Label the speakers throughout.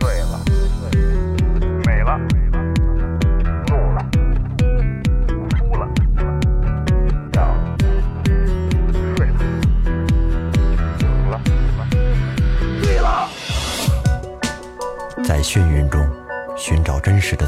Speaker 1: 醉了，美了，怒了，哭了，笑了，睡了，醒了，醉了。
Speaker 2: 在眩晕中寻找真实的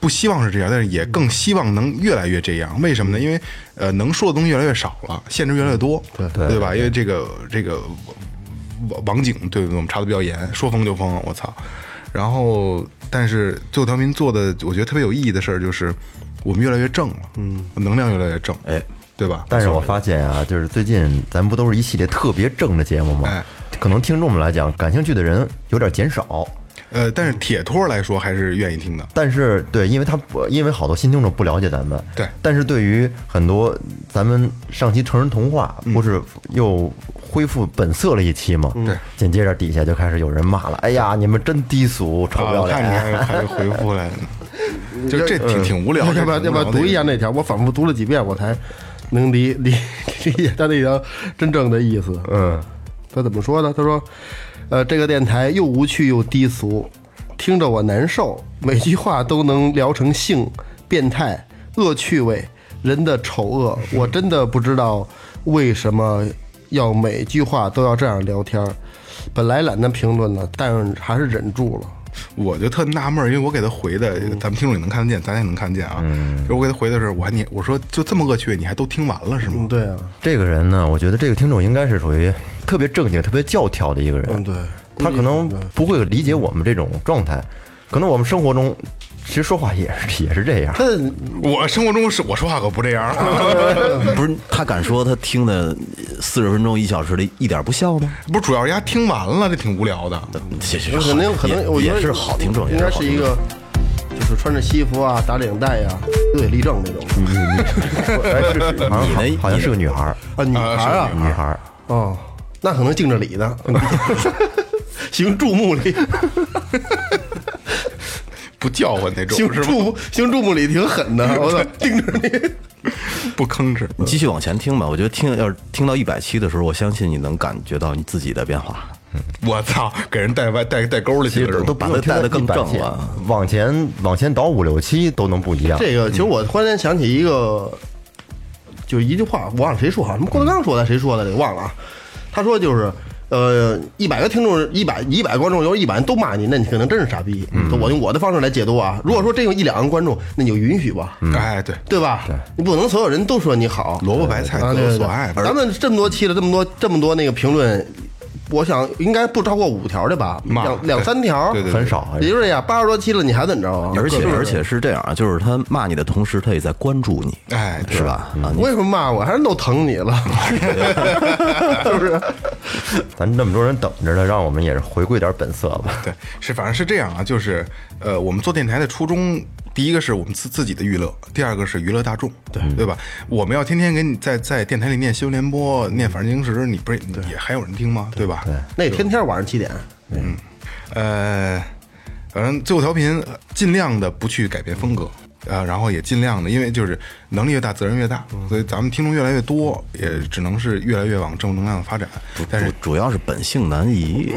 Speaker 3: 不希望是这样，但是也更希望能越来越这样。为什么呢？因为呃，能说的东西越来越少了，限制越来越多，对
Speaker 2: 对
Speaker 3: 对吧？因为这个这个网网警对我们查的比较严，说封就封，我操！然后，但是最后调频做的，我觉得特别有意义的事儿就是，我们越来越正了，嗯，能量越来越正，
Speaker 4: 哎，
Speaker 3: 对吧？
Speaker 2: 但是我发现啊，就是最近咱不都是一系列特别正的节目吗
Speaker 3: 哎？
Speaker 2: 可能听众们来讲，感兴趣的人有点减少。
Speaker 3: 呃，但是铁托来说还是愿意听的，
Speaker 2: 但是对，因为他不，因为好多新听众不了解咱们，
Speaker 3: 对
Speaker 2: 但是对于很多咱们上期成人童话
Speaker 3: 嗯
Speaker 2: 不是又恢复本色了一期嘛，
Speaker 3: 对
Speaker 2: 紧接着底下就开始有人骂了，哎呀，你们真低俗，臭
Speaker 3: 啊
Speaker 2: 不要
Speaker 3: 我看你
Speaker 2: 脸。
Speaker 3: 还还回复来了，就这挺挺无聊的，
Speaker 5: 要不要
Speaker 3: 挺
Speaker 5: 要
Speaker 3: 无聊
Speaker 5: 不要
Speaker 3: 的
Speaker 5: 读
Speaker 3: 个
Speaker 5: 一下那条？我反复读了几遍，我才能理理理解他那条真正的意思。
Speaker 2: 嗯，
Speaker 5: 他怎么说呢？他说：“呃，这个电台又无趣又低俗，听着我难受，每句话都能聊成性、变态、恶趣味、人的丑 恶。我真的不知道为什么要每句话都要这样聊天儿。本来懒得评论了，但还是忍住了。
Speaker 3: 我就特纳闷儿，因为我给他回的，
Speaker 5: 嗯
Speaker 3: 咱们听众也能看得见，咱也能看得见啊。就是我给他回的时候，我还你我说就这么恶趣味，你还都听完了是吗？
Speaker 5: 嗯，对啊，
Speaker 2: 这个人呢，我觉得这个听众应该是属于特别正经、特别教条的一个人，
Speaker 5: 嗯，对，
Speaker 2: 他可能不会理解我们这种状态，可能我们生活中其实说话也是也 是这样，
Speaker 5: 但
Speaker 3: 我生活中是我说话可不这样，
Speaker 4: 不是他敢说他听的四十分钟一小时里一点不笑吗？
Speaker 3: 不是主要是人家听完了，这挺无聊的。
Speaker 4: 其实
Speaker 5: 肯定可能，我觉
Speaker 4: 也
Speaker 5: 得
Speaker 4: 是好听众，
Speaker 5: 应该是一个，就是穿着西服啊，打领带呀、又得立正那种
Speaker 4: 嗯
Speaker 2: 哎是是好像
Speaker 4: 你呢
Speaker 2: 好好像是个女孩儿，
Speaker 5: 啊，女孩啊，
Speaker 2: 女孩儿，
Speaker 5: 哦，那可能敬着礼呢， 行注目 礼，
Speaker 3: 不叫唤那种，
Speaker 5: 行
Speaker 3: 是吧？
Speaker 5: 注行注目礼挺狠的，我操，盯着你，
Speaker 3: 不吭哧。
Speaker 4: 你继续往前听吧，我觉得听要是听到一百期的时候，我相信你能感觉到你自己的变化。
Speaker 3: 我操，给人带歪带带沟里
Speaker 2: 其
Speaker 3: 去
Speaker 2: 实
Speaker 3: 了，
Speaker 2: 都
Speaker 3: 是
Speaker 2: 都
Speaker 3: 吧？
Speaker 4: 把它带得更正了
Speaker 2: 了，往前往前倒五六期都能不一样。
Speaker 5: 这个其实我忽然间想起一个，就一句话，我忘了谁说，好啊像什么郭德纲说的，谁说的给忘了啊。他说就是，呃，一百个听众，一百一百个观众，有一百人都骂你，那你可能真是傻逼。
Speaker 3: 嗯
Speaker 5: 我用我的方式来解读啊。如果说真有一两个观众，那你就允许吧，
Speaker 3: 哎，对，
Speaker 5: 对吧？你不能所有人都说你好，
Speaker 3: 萝卜白菜
Speaker 5: 啊，
Speaker 3: 各
Speaker 5: 对
Speaker 3: 有
Speaker 5: 对
Speaker 3: 所
Speaker 5: 对
Speaker 3: 爱，，
Speaker 5: 咱们这么多期了，这么多这么多那个评论，我想应该不超过五条的吧，
Speaker 3: 骂
Speaker 5: 两两三条，
Speaker 3: 对对对
Speaker 2: 很少啊
Speaker 4: 哎
Speaker 5: 也就是这样，八十多期了，你还怎么着啊？
Speaker 4: 而且
Speaker 5: 各种
Speaker 4: 而且是这样啊，就是他骂你的同时，他也在关注你，
Speaker 3: 哎对
Speaker 4: 是吧？啊，你
Speaker 5: 为什么骂我？还是都疼你了，是不是？
Speaker 2: 咱这么多人等着呢，让我们也是回归点本色吧。
Speaker 3: 对，是反正是这样啊，就是呃，我们做电台的初衷，第一个是我们自自己的娱乐，第二个是娱乐大众，对对吧？我们要天天给你在在电台里念新闻联播、念反正经时，你不是你也还有人听吗？对吧？对，
Speaker 5: 那天天晚上七点，
Speaker 3: 呃，反正最后调频呃尽量的不去改变风格。呃，然后也尽量的，因为就是能力越大，责任越大，所以咱们听众越来越多，也只能是越来越往正能量的发展。但是
Speaker 4: 主主要是本性难移，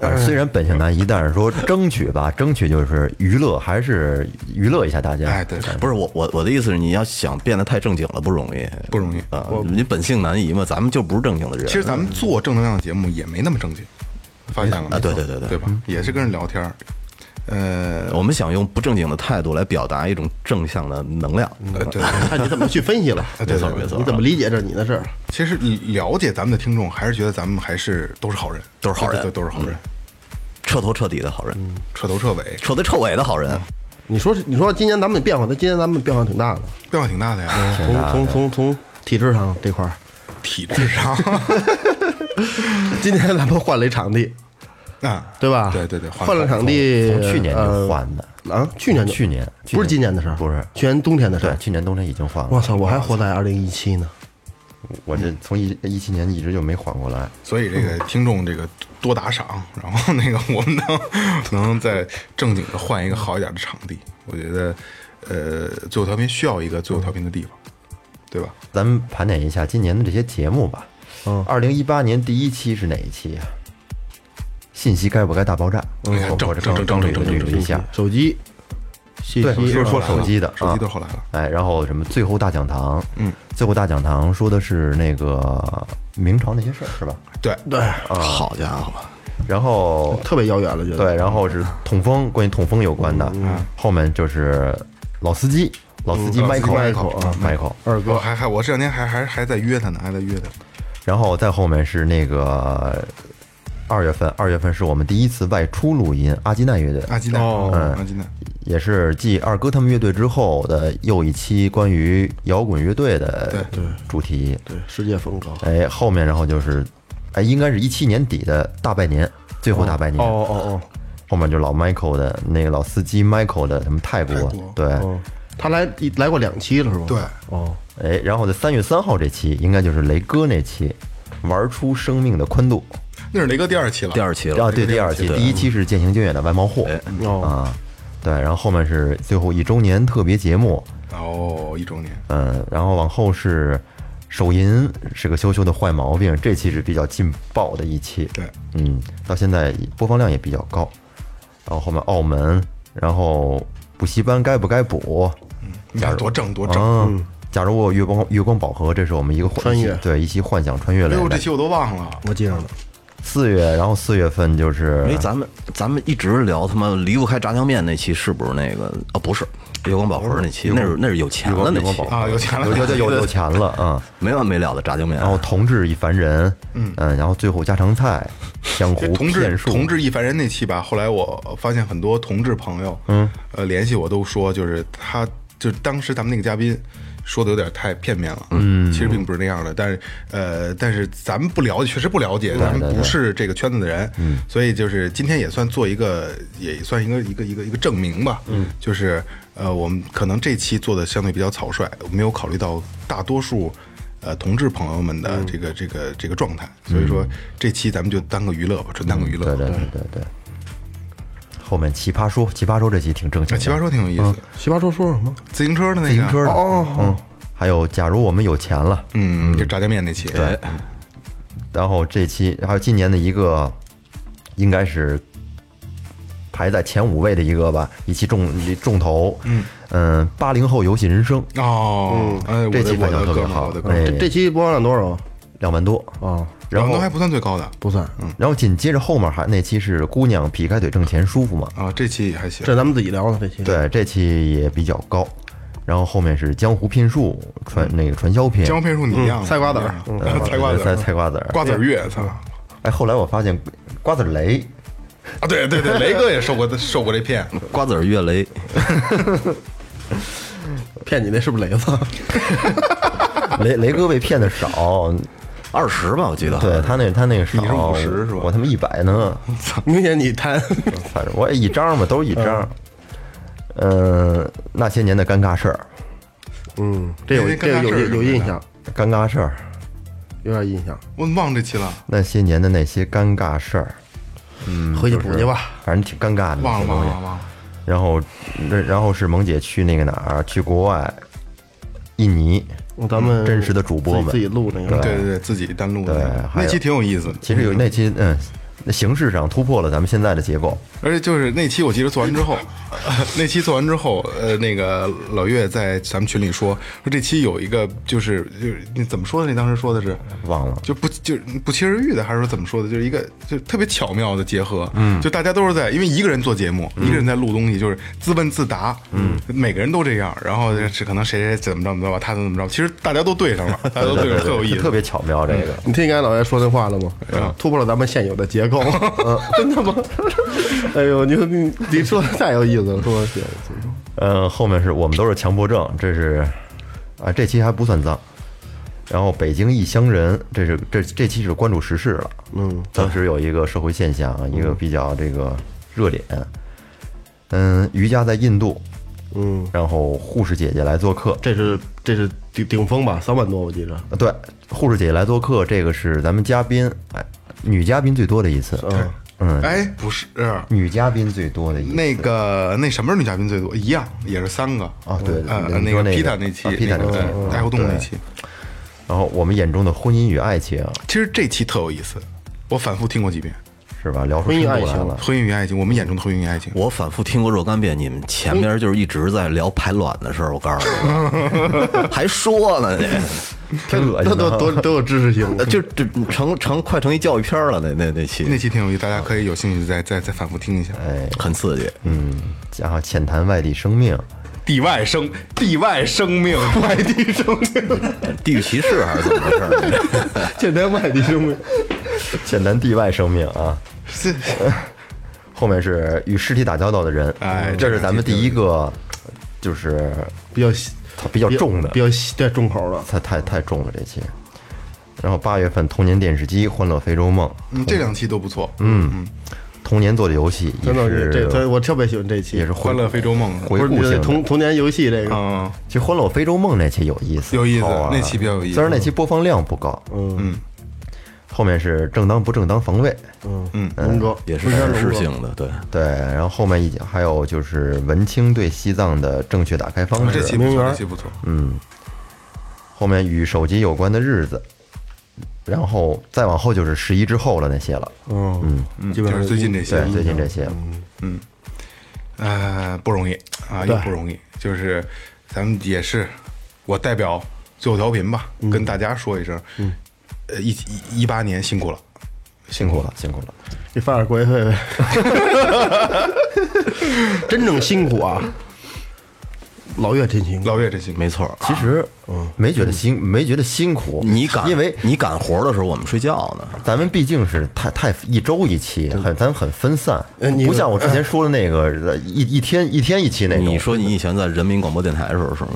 Speaker 2: 呃虽然本性难 移，但是说争取吧，争取就是娱乐，还是娱乐一下大家。
Speaker 3: 哎，对，
Speaker 4: 不是我我我的意思是，你要想变得太正经了不容易，
Speaker 3: 不容易。
Speaker 4: 啊，你本性难移嘛，咱们就不是正经的人。
Speaker 3: 其实咱们做正能量的节目也没那么正经，发现了吗？
Speaker 4: 啊对对对对
Speaker 3: 对吧？也是跟人聊天儿，呃，
Speaker 4: 我们想用不正经的态度来表达一种正向的能量，
Speaker 3: 呃对，
Speaker 5: 看你怎么去分析了。
Speaker 4: 没错没错，
Speaker 5: 你怎么理解这你的事儿？
Speaker 3: 其实了解咱们的听众，还是觉得咱们还是都是好人，
Speaker 4: 都是好人嗯
Speaker 3: 对，对都是好人，
Speaker 4: 彻头彻底的好人，
Speaker 3: 彻头彻尾，
Speaker 4: 彻头彻尾的好人。
Speaker 2: 嗯
Speaker 5: 你说是，你说今年咱们变化，今年咱们变化挺大的，
Speaker 3: 变化挺大的
Speaker 4: 嗯
Speaker 3: 呀，
Speaker 5: 从从从从体制上这块儿，
Speaker 3: 体制上
Speaker 5: 今年咱们换了一场地，
Speaker 3: 啊，
Speaker 5: 对吧？
Speaker 3: 对对对，
Speaker 5: 换了场地，
Speaker 2: 从去年就换的
Speaker 5: 呃啊，去年就
Speaker 2: 去年
Speaker 5: 不是今年的事儿，
Speaker 2: 不是
Speaker 5: 去年冬天的事
Speaker 2: 对
Speaker 5: 儿，。
Speaker 2: 去年冬天已经换
Speaker 5: 我
Speaker 2: 了，
Speaker 5: 操，我还活在二零一七呢，
Speaker 2: 我这从一一七年一直就没缓过来。
Speaker 3: 所以这个听众这个多打赏， 然后那个我们能 能再正经的换一个好一点的场地，我觉得呃，最后调频需要一个最后调频的地方，对吧？
Speaker 2: 咱们盘点一下今年的这些节目吧。嗯，二零一八年第一期是哪一期呀、信息该不该大爆炸？
Speaker 3: 哎呀
Speaker 2: 我
Speaker 3: 正
Speaker 2: 我这
Speaker 3: 正
Speaker 2: 刚
Speaker 3: 正
Speaker 2: 整理
Speaker 3: 正
Speaker 2: 整理
Speaker 3: 正
Speaker 2: 了一下。
Speaker 5: 手机，信
Speaker 2: 对，
Speaker 5: 息
Speaker 2: 是说手机的，
Speaker 3: 手
Speaker 2: 啊
Speaker 3: 机都是后来了。
Speaker 2: 哎，然后什么最后大讲堂，嗯，最后大讲堂说的是那个明朝那些事儿是吧？
Speaker 3: 对，
Speaker 5: 对，
Speaker 2: 啊
Speaker 4: 好家伙，
Speaker 2: 然后
Speaker 5: 特别遥远了，觉得。
Speaker 2: 对，然后是痛风，关于痛风有关的，后面就是老司机，老司机
Speaker 3: 嗯老司机
Speaker 2: Michael
Speaker 3: Michael，嗯
Speaker 2: 啊 Michael，
Speaker 5: 二
Speaker 3: 我
Speaker 5: 哥，
Speaker 3: 哦还还我这两天还还还在约他呢，还在约他。
Speaker 2: 然后再后面是那个二月份，二月份是我们第一次外出录音，阿基奈乐队，
Speaker 3: 阿基奈，
Speaker 2: 嗯
Speaker 3: 阿基奈，
Speaker 2: 也是继二哥他们乐队之后的又一期关于摇滚乐队的主题。
Speaker 5: 对，世界风格。
Speaker 2: 哎，后面然后就是，哎，应该是一七年底的大拜年，最后大拜年，
Speaker 5: 哦哦，
Speaker 2: 后面就老 Michael 的那个老司机 Michael 的什么泰国，对，
Speaker 5: 哦他来来过两期了是吧？
Speaker 3: 对，
Speaker 5: 哦，
Speaker 2: 哎，然后在三月三号这期应该就是雷哥那期。玩出生命的宽度，
Speaker 3: 那是雷哥第二期了，
Speaker 4: 第二期了，
Speaker 2: 啊，对，第二期，第一期是渐行渐远的外贸货，
Speaker 5: 哦
Speaker 2: 啊，对，然后后面是最后一周年特别节目，
Speaker 3: 哦，一周年，
Speaker 2: 嗯，然后往后是手淫是个羞羞的坏毛病，这期是比较劲爆的一期，
Speaker 3: 对，
Speaker 2: 嗯，到现在播放量也比较高。然后后面澳门，然后补习班该不该补？
Speaker 3: 你看多正多正。
Speaker 2: 啊，假如我有月光月光宝盒，这是我们一个幻
Speaker 5: 穿越
Speaker 2: 对一期幻想穿越
Speaker 3: 哎
Speaker 2: 类
Speaker 3: 呦，这
Speaker 2: 的
Speaker 3: 期我都忘了，
Speaker 5: 我记上了。
Speaker 2: 四月，然后四月份就是
Speaker 4: 哎，咱们咱们一直聊他妈离不开炸酱面那期，是不是那个？啊，不是，月光宝盒那期，那是那是有钱了那
Speaker 2: 月光
Speaker 4: 期
Speaker 2: 宝，盒
Speaker 3: 啊，有钱了，
Speaker 2: 有有有有钱 了啊、
Speaker 4: 没完没了的炸酱面。
Speaker 2: 然后同志一凡人，嗯然后最后家常 菜，江湖
Speaker 3: 同志
Speaker 2: 骗术，啊
Speaker 3: 同志一凡人那期吧，后来我发现很多同志朋友，嗯，呃，联系我都说，就是他，就是当时咱们那个嘉宾说的有点太片面了，嗯，其实并不是那样的，但是呃，但是咱们不了解，确实不了解，咱们不是这个圈子的人，嗯，所以就是今天也算做一个，也算一个一个一个一个证明吧，嗯，就是呃，我们可能这期做的相对比较草率，没有考虑到大多数。呃同志朋友们的这个、这个这个状态，所以说这期咱们就当个娱乐吧，纯当个娱乐。
Speaker 2: 对对对对对。后面奇葩说，奇葩说这期挺正经的，
Speaker 3: 那啊奇葩说挺有意思，
Speaker 5: 奇葩说说什么？
Speaker 3: 自行车的那个，
Speaker 2: 嗯自行车的，
Speaker 5: 哦哦
Speaker 2: 嗯，还有假如我们有钱了，
Speaker 3: 嗯，就炸酱面那期，对，
Speaker 2: 然后这期还有今年的一个，应该是排在前五位的一个吧，一期重重头，嗯八零后游戏人生
Speaker 3: 哦，哎，我
Speaker 2: 嗯这期
Speaker 3: 的
Speaker 2: 反
Speaker 3: 我
Speaker 2: 响
Speaker 3: 的
Speaker 2: 特别
Speaker 3: 哥们儿，
Speaker 2: 好
Speaker 3: 我的，哥们儿，
Speaker 2: 哎
Speaker 5: 这，这期播放量多少啊？
Speaker 2: 两万多，
Speaker 5: 哦，
Speaker 2: 然
Speaker 3: 我
Speaker 2: 后
Speaker 3: 们还不算最高的
Speaker 5: 不算，
Speaker 2: 然后紧接着后面还那期是姑娘劈开腿挣钱舒服嘛，
Speaker 3: 啊，这期也还行
Speaker 5: 这，咱们自己聊的这期。，
Speaker 2: 对，这期也比较高，然后后面是江湖骗术传那个传销片，
Speaker 3: 江湖骗术
Speaker 2: 嗯
Speaker 3: 你一样，
Speaker 5: 菜瓜子儿
Speaker 3: 你一样 菜瓜子
Speaker 2: 菜
Speaker 3: 儿，
Speaker 2: 菜瓜子儿，
Speaker 3: 瓜子儿月，操啊，
Speaker 2: 哎，后来我发现瓜子 雷。
Speaker 3: 对对对，雷哥也受过受过这骗，
Speaker 4: 瓜子儿月雷，
Speaker 5: 骗你那是不是雷子？
Speaker 2: 雷雷哥被骗的少，
Speaker 4: 二十吧，我记得。
Speaker 3: 嗯
Speaker 2: 对他那他那个少，
Speaker 3: 你是50是吧
Speaker 2: 我他妈一百呢，
Speaker 5: 明显你贪，
Speaker 2: 反正我也一张嘛，都是一张。嗯、那些年的尴尬事儿，
Speaker 5: 嗯，这有
Speaker 3: 因为
Speaker 5: 这个
Speaker 3: 跟他
Speaker 5: 有
Speaker 3: 是
Speaker 5: 有有印象，
Speaker 2: 尴尬事儿，
Speaker 5: 有点印象，
Speaker 3: 我怎么忘这期了？
Speaker 2: 那些年的那些尴尬事儿，
Speaker 5: 回去补去吧。
Speaker 2: 反正挺尴尬的那
Speaker 3: 忘
Speaker 2: 些
Speaker 3: 了
Speaker 2: 东
Speaker 3: 忘
Speaker 2: 西。
Speaker 3: 了忘了，
Speaker 2: 然后，然然后是萌姐去那个哪儿，去国外，印尼。
Speaker 5: 咱们
Speaker 2: 真实的主播们
Speaker 5: 自己自己录那个，
Speaker 3: 对对对，自己单录
Speaker 2: 对
Speaker 3: 的
Speaker 2: 还
Speaker 3: 那
Speaker 2: 有
Speaker 3: 期挺有意思的，
Speaker 2: 其实有那期，嗯，那形式上突破了咱们现在的结构。
Speaker 3: 而且就是那期我记得做完之后， 那期做完之后，呃，那个老岳在咱们群里说说这期有一个就是就是你怎么说的？你当时说的是
Speaker 2: 忘了
Speaker 3: 就不就是不期而遇的，还是说怎么说的？就是一个就特别巧妙的结合，嗯，就大家都是在因为一个人做节目，一个人在录东西，就是自问自答，嗯，每个人都这样，然后是可能谁谁怎么着怎么着吧，他怎么怎么着，其实大家都对上 了，大家都对上，特有意思，
Speaker 2: 特别巧妙这个。
Speaker 5: 你听刚才老爷说那话了吗？突破了咱们现有的结构， 真的吗？哎呦，你你你说的太有意思了，说的是
Speaker 2: 嗯，后面是我们都是强迫症，这是啊，这期还不算脏。然后北京异乡人，这是这这期是关注时事了。嗯，当时有一个社会现象，啊
Speaker 3: 嗯
Speaker 2: 一个比较这个热点。嗯，瑜伽在印度，
Speaker 5: 嗯，
Speaker 2: 然后护士姐姐来做客。
Speaker 5: 这是这是顶顶峰吧，三万多我记着，
Speaker 2: 呃对，护士姐姐来做客，这个是咱们嘉宾，哎，女嘉宾最多的一次。嗯嗯，
Speaker 3: 哎，不是。
Speaker 2: 女嘉宾最多的一次。
Speaker 3: 那个那什么女嘉宾最多？一样也是三个
Speaker 2: 啊对
Speaker 3: 呃
Speaker 2: 你
Speaker 3: 那
Speaker 2: 说那个
Speaker 3: 皮塔那期
Speaker 2: 啊，皮塔
Speaker 3: 那
Speaker 2: 那期
Speaker 3: 个
Speaker 2: 嗯
Speaker 3: 爱互动那期，
Speaker 2: 然后我们眼中的婚姻与爱情，
Speaker 3: 其实这期特有意思，我反复听过几遍
Speaker 2: 是吧？聊出
Speaker 5: 婚姻
Speaker 2: 深度
Speaker 5: 爱
Speaker 2: 来
Speaker 5: 情。
Speaker 2: 了
Speaker 3: 《婚姻与爱情》，我们眼中的婚姻与爱情。
Speaker 4: 我反复听过若干遍，你们前边就是一直在聊排卵的事儿，我告诉你， 还说呢，你
Speaker 2: 挺恶
Speaker 5: 那
Speaker 2: 心的
Speaker 5: 都
Speaker 2: 啊。
Speaker 5: 都都有知识性，
Speaker 4: 就这成成快成一教育片儿了，那那那期
Speaker 3: 那期挺有意思，大家可以有兴趣再再再反复听一下。
Speaker 2: 哎，
Speaker 4: 很刺激。
Speaker 2: 然后嗯啊浅谈外地生命，
Speaker 3: 地外生，地外生命，外地生命，
Speaker 4: 地域歧视还是怎么回事 儿？
Speaker 5: 现在外地兄弟，
Speaker 2: 浅谈地外生命啊。
Speaker 3: 是
Speaker 2: 后面是与尸体打交道的人，
Speaker 3: 哎
Speaker 2: 这是咱们第一个，就是
Speaker 5: 比较细
Speaker 2: 它比较重的，
Speaker 5: 比较细对重口的，
Speaker 2: 太太太重了这期。然后八月份童年电视机《欢乐非洲梦》，
Speaker 3: 嗯，这两期都不错。嗯，
Speaker 2: 童年做的游戏也
Speaker 5: 真的
Speaker 2: 是
Speaker 5: 是这这我特别喜欢这期，
Speaker 2: 也是
Speaker 3: 《欢乐非洲梦》
Speaker 2: 回
Speaker 5: 不是
Speaker 2: 顾
Speaker 5: 这
Speaker 2: 性的。
Speaker 5: 童童年游戏这个，
Speaker 3: 嗯，
Speaker 2: 其实《欢乐非洲梦》那期有意思，
Speaker 3: 有意思
Speaker 2: 好玩
Speaker 3: 那期比较有意思
Speaker 2: 虽然那期播放量不高，嗯嗯。后面是正当不正当防卫，
Speaker 5: 龙哥
Speaker 4: 也是
Speaker 5: 龙哥
Speaker 4: 实施性的，对，
Speaker 2: 对，然后后面一还有就是文青对西藏的正确打开方
Speaker 3: 啊这
Speaker 2: 式，
Speaker 3: 期不错，这期不错。
Speaker 2: 嗯后面与手机有关的日子，然后再往后就是十一之后了那些了，
Speaker 5: 嗯，
Speaker 3: 嗯，
Speaker 5: 基本
Speaker 3: 就是
Speaker 5: 上
Speaker 3: 最近这些
Speaker 2: 对，，最近这些，
Speaker 3: 呃，不容易啊，又不容易。就是咱们也是，我代表最后调频吧，跟大家说一声，呃，一一一八年辛苦了，
Speaker 2: 辛苦了，辛苦了。
Speaker 5: 你发点国际费呗。真正辛苦啊，老岳真辛苦。
Speaker 3: 老岳真辛苦，
Speaker 4: 没错。啊
Speaker 2: 其实，啊没觉得辛，没觉得辛苦。
Speaker 4: 你赶
Speaker 2: 因为
Speaker 4: 你赶活的时候，我们睡觉呢。
Speaker 2: 咱们毕竟是太太一周一期，很咱们很分散
Speaker 5: 呃你，
Speaker 2: 不像我之前说的那个呃一一天一天一期那种。
Speaker 4: 你说你以前在人民广播电台的时候是吗？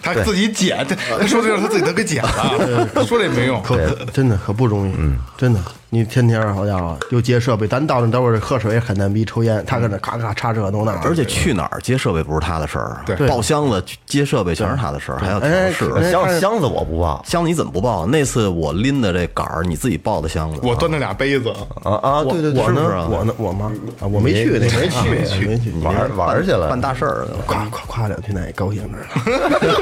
Speaker 3: 他自己剪，他他说这事儿他自己都给剪了，他说这也没用。
Speaker 5: 可真的可不容易，嗯，真的，你天天好家伙又接设备，咱到那等会儿喝水、啃蛋逼、抽烟，他搁那咔咔插这弄那的，
Speaker 4: 而且去哪儿接设备不是他的事儿，
Speaker 3: 对
Speaker 4: 抱箱子接设备全是他的事儿，还要调试。
Speaker 5: 哎
Speaker 2: 箱
Speaker 5: 但是
Speaker 2: 呃箱子我不报
Speaker 4: 箱子你怎么不抱？那次我拎的这杆儿，你自己抱的箱子。
Speaker 3: 我端着俩杯子，
Speaker 2: 啊啊！对对对，
Speaker 5: 我
Speaker 2: 是不是
Speaker 5: 呢
Speaker 2: 啊
Speaker 5: 我呢我妈啊我没去那个
Speaker 2: 没去
Speaker 5: 没去没去，
Speaker 2: 玩儿玩儿去了
Speaker 4: 办，大事儿去了。
Speaker 5: 夸夸夸两句那也高兴着呢。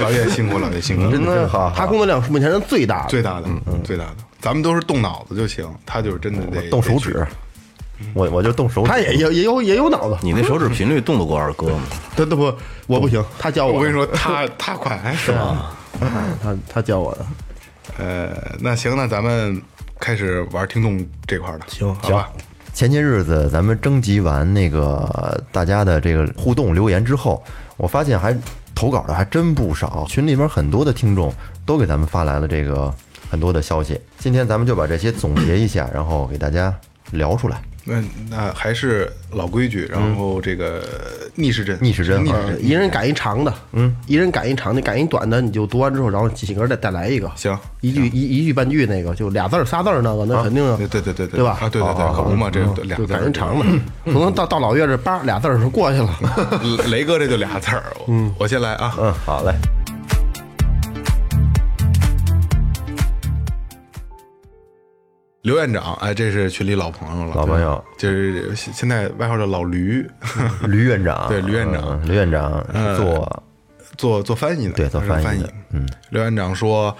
Speaker 3: 老岳辛苦，老岳辛苦，
Speaker 5: 嗯
Speaker 2: 真的好，
Speaker 5: 他工作量是目前人最大的，
Speaker 3: 最大的，最大的。咱们都是动脑子就行，他就是真的得
Speaker 2: 动手指，我我就动手指。
Speaker 5: 他也也也有也有脑子，
Speaker 4: 你那手指频率动得过二哥吗？
Speaker 5: 他他不我不行，他教我的，
Speaker 3: 我跟你说，他他快哎是吗？
Speaker 5: 他他教我的，
Speaker 3: 呃，那行，那咱们开始玩听众这块儿的，
Speaker 5: 行
Speaker 3: 好吧？
Speaker 2: 前些日子咱们征集完那个大家的这个互动留言之后，我发现还投稿的还真不少，群里面很多的听众都给咱们发来了这个很多的消息。今天咱们就把这些总结一下，然后给大家聊出来。
Speaker 3: 那那还是老规矩，然后这个逆时针，
Speaker 2: 逆时针
Speaker 3: 逆时
Speaker 2: 啊
Speaker 3: 针，
Speaker 5: 一人赶一长的，嗯，一人赶一长的，赶一短的，你就读完之后，然后几个人再再来一个，
Speaker 3: 行
Speaker 5: 一句一一句半句那个，就俩字儿仨字儿那个，那肯定啊
Speaker 3: 对对对对
Speaker 5: 对，吧？
Speaker 3: 啊，对对对，可不嘛，这俩
Speaker 5: 就
Speaker 3: 字
Speaker 5: 赶
Speaker 3: 儿
Speaker 5: 人长的， 可能到到老岳这叭俩字儿就过去了。
Speaker 3: 雷哥这就俩字儿，嗯，我先来啊，
Speaker 2: 嗯，好嘞，
Speaker 3: 刘院长，哎，这是群里老朋友了，
Speaker 2: 老朋 友，
Speaker 3: 就是现在外号叫老驴，
Speaker 2: 吕院长，
Speaker 3: 对吕院长
Speaker 2: 嗯吕院长是做
Speaker 3: 做做翻译的，
Speaker 2: 对做
Speaker 3: 他是翻
Speaker 2: 翻译的
Speaker 3: 译。嗯，刘院长说，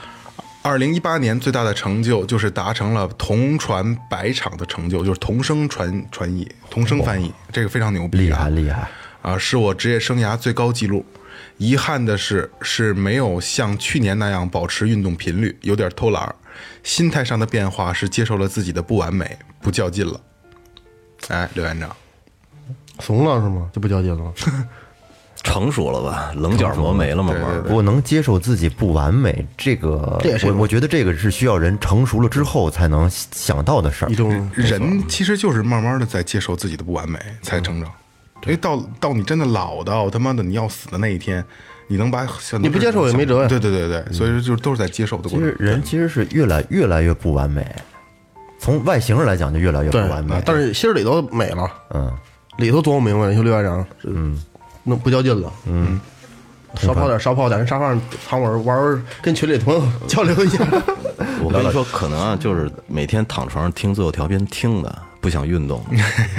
Speaker 3: 二零一八年最大的成就就是达成了同传百场的成就，就是同声传传译、同声翻译，这个非常牛逼、啊，
Speaker 2: 厉害厉害，
Speaker 3: 啊，是我职业生涯最高纪录。遗憾的是，是没有像去年那样保持运动频率，有点偷懒儿。心态上的变化是接受了自己的不完美，不较劲了。哎，刘院长，
Speaker 5: 怂了是吗？就不较劲了 吗？
Speaker 4: 成熟了吧？棱角磨没了吗？慢慢
Speaker 2: 不过能接受自己不完美，这个
Speaker 5: 这也是一
Speaker 2: 我
Speaker 5: 种
Speaker 2: 我觉得这个是需要人成熟了之后才能想到的事儿
Speaker 5: 一。种
Speaker 3: 人其实就是慢慢的在接受自己的不完美，才成长。因为到到你真的老到他妈的你要死的那一天，你能把
Speaker 5: 你不接受也没辙呀
Speaker 3: 对对对对，所以说就是都是在接受的过
Speaker 2: 其
Speaker 3: 程
Speaker 2: 实。人其实是越来越来越不完美，从外形上来讲就越来越不
Speaker 5: 对啊
Speaker 2: 完美。，
Speaker 5: 但是心儿里头美了，
Speaker 2: 嗯，
Speaker 5: 里头琢磨明白了。你说刘院长，嗯，弄不较劲了，嗯。少跑点，少跑点，人沙发上躺会儿玩儿，跟群里朋友交流一 下。
Speaker 4: 我跟你说，可能啊，就是每天躺床上听最后调频听的，不想运 动，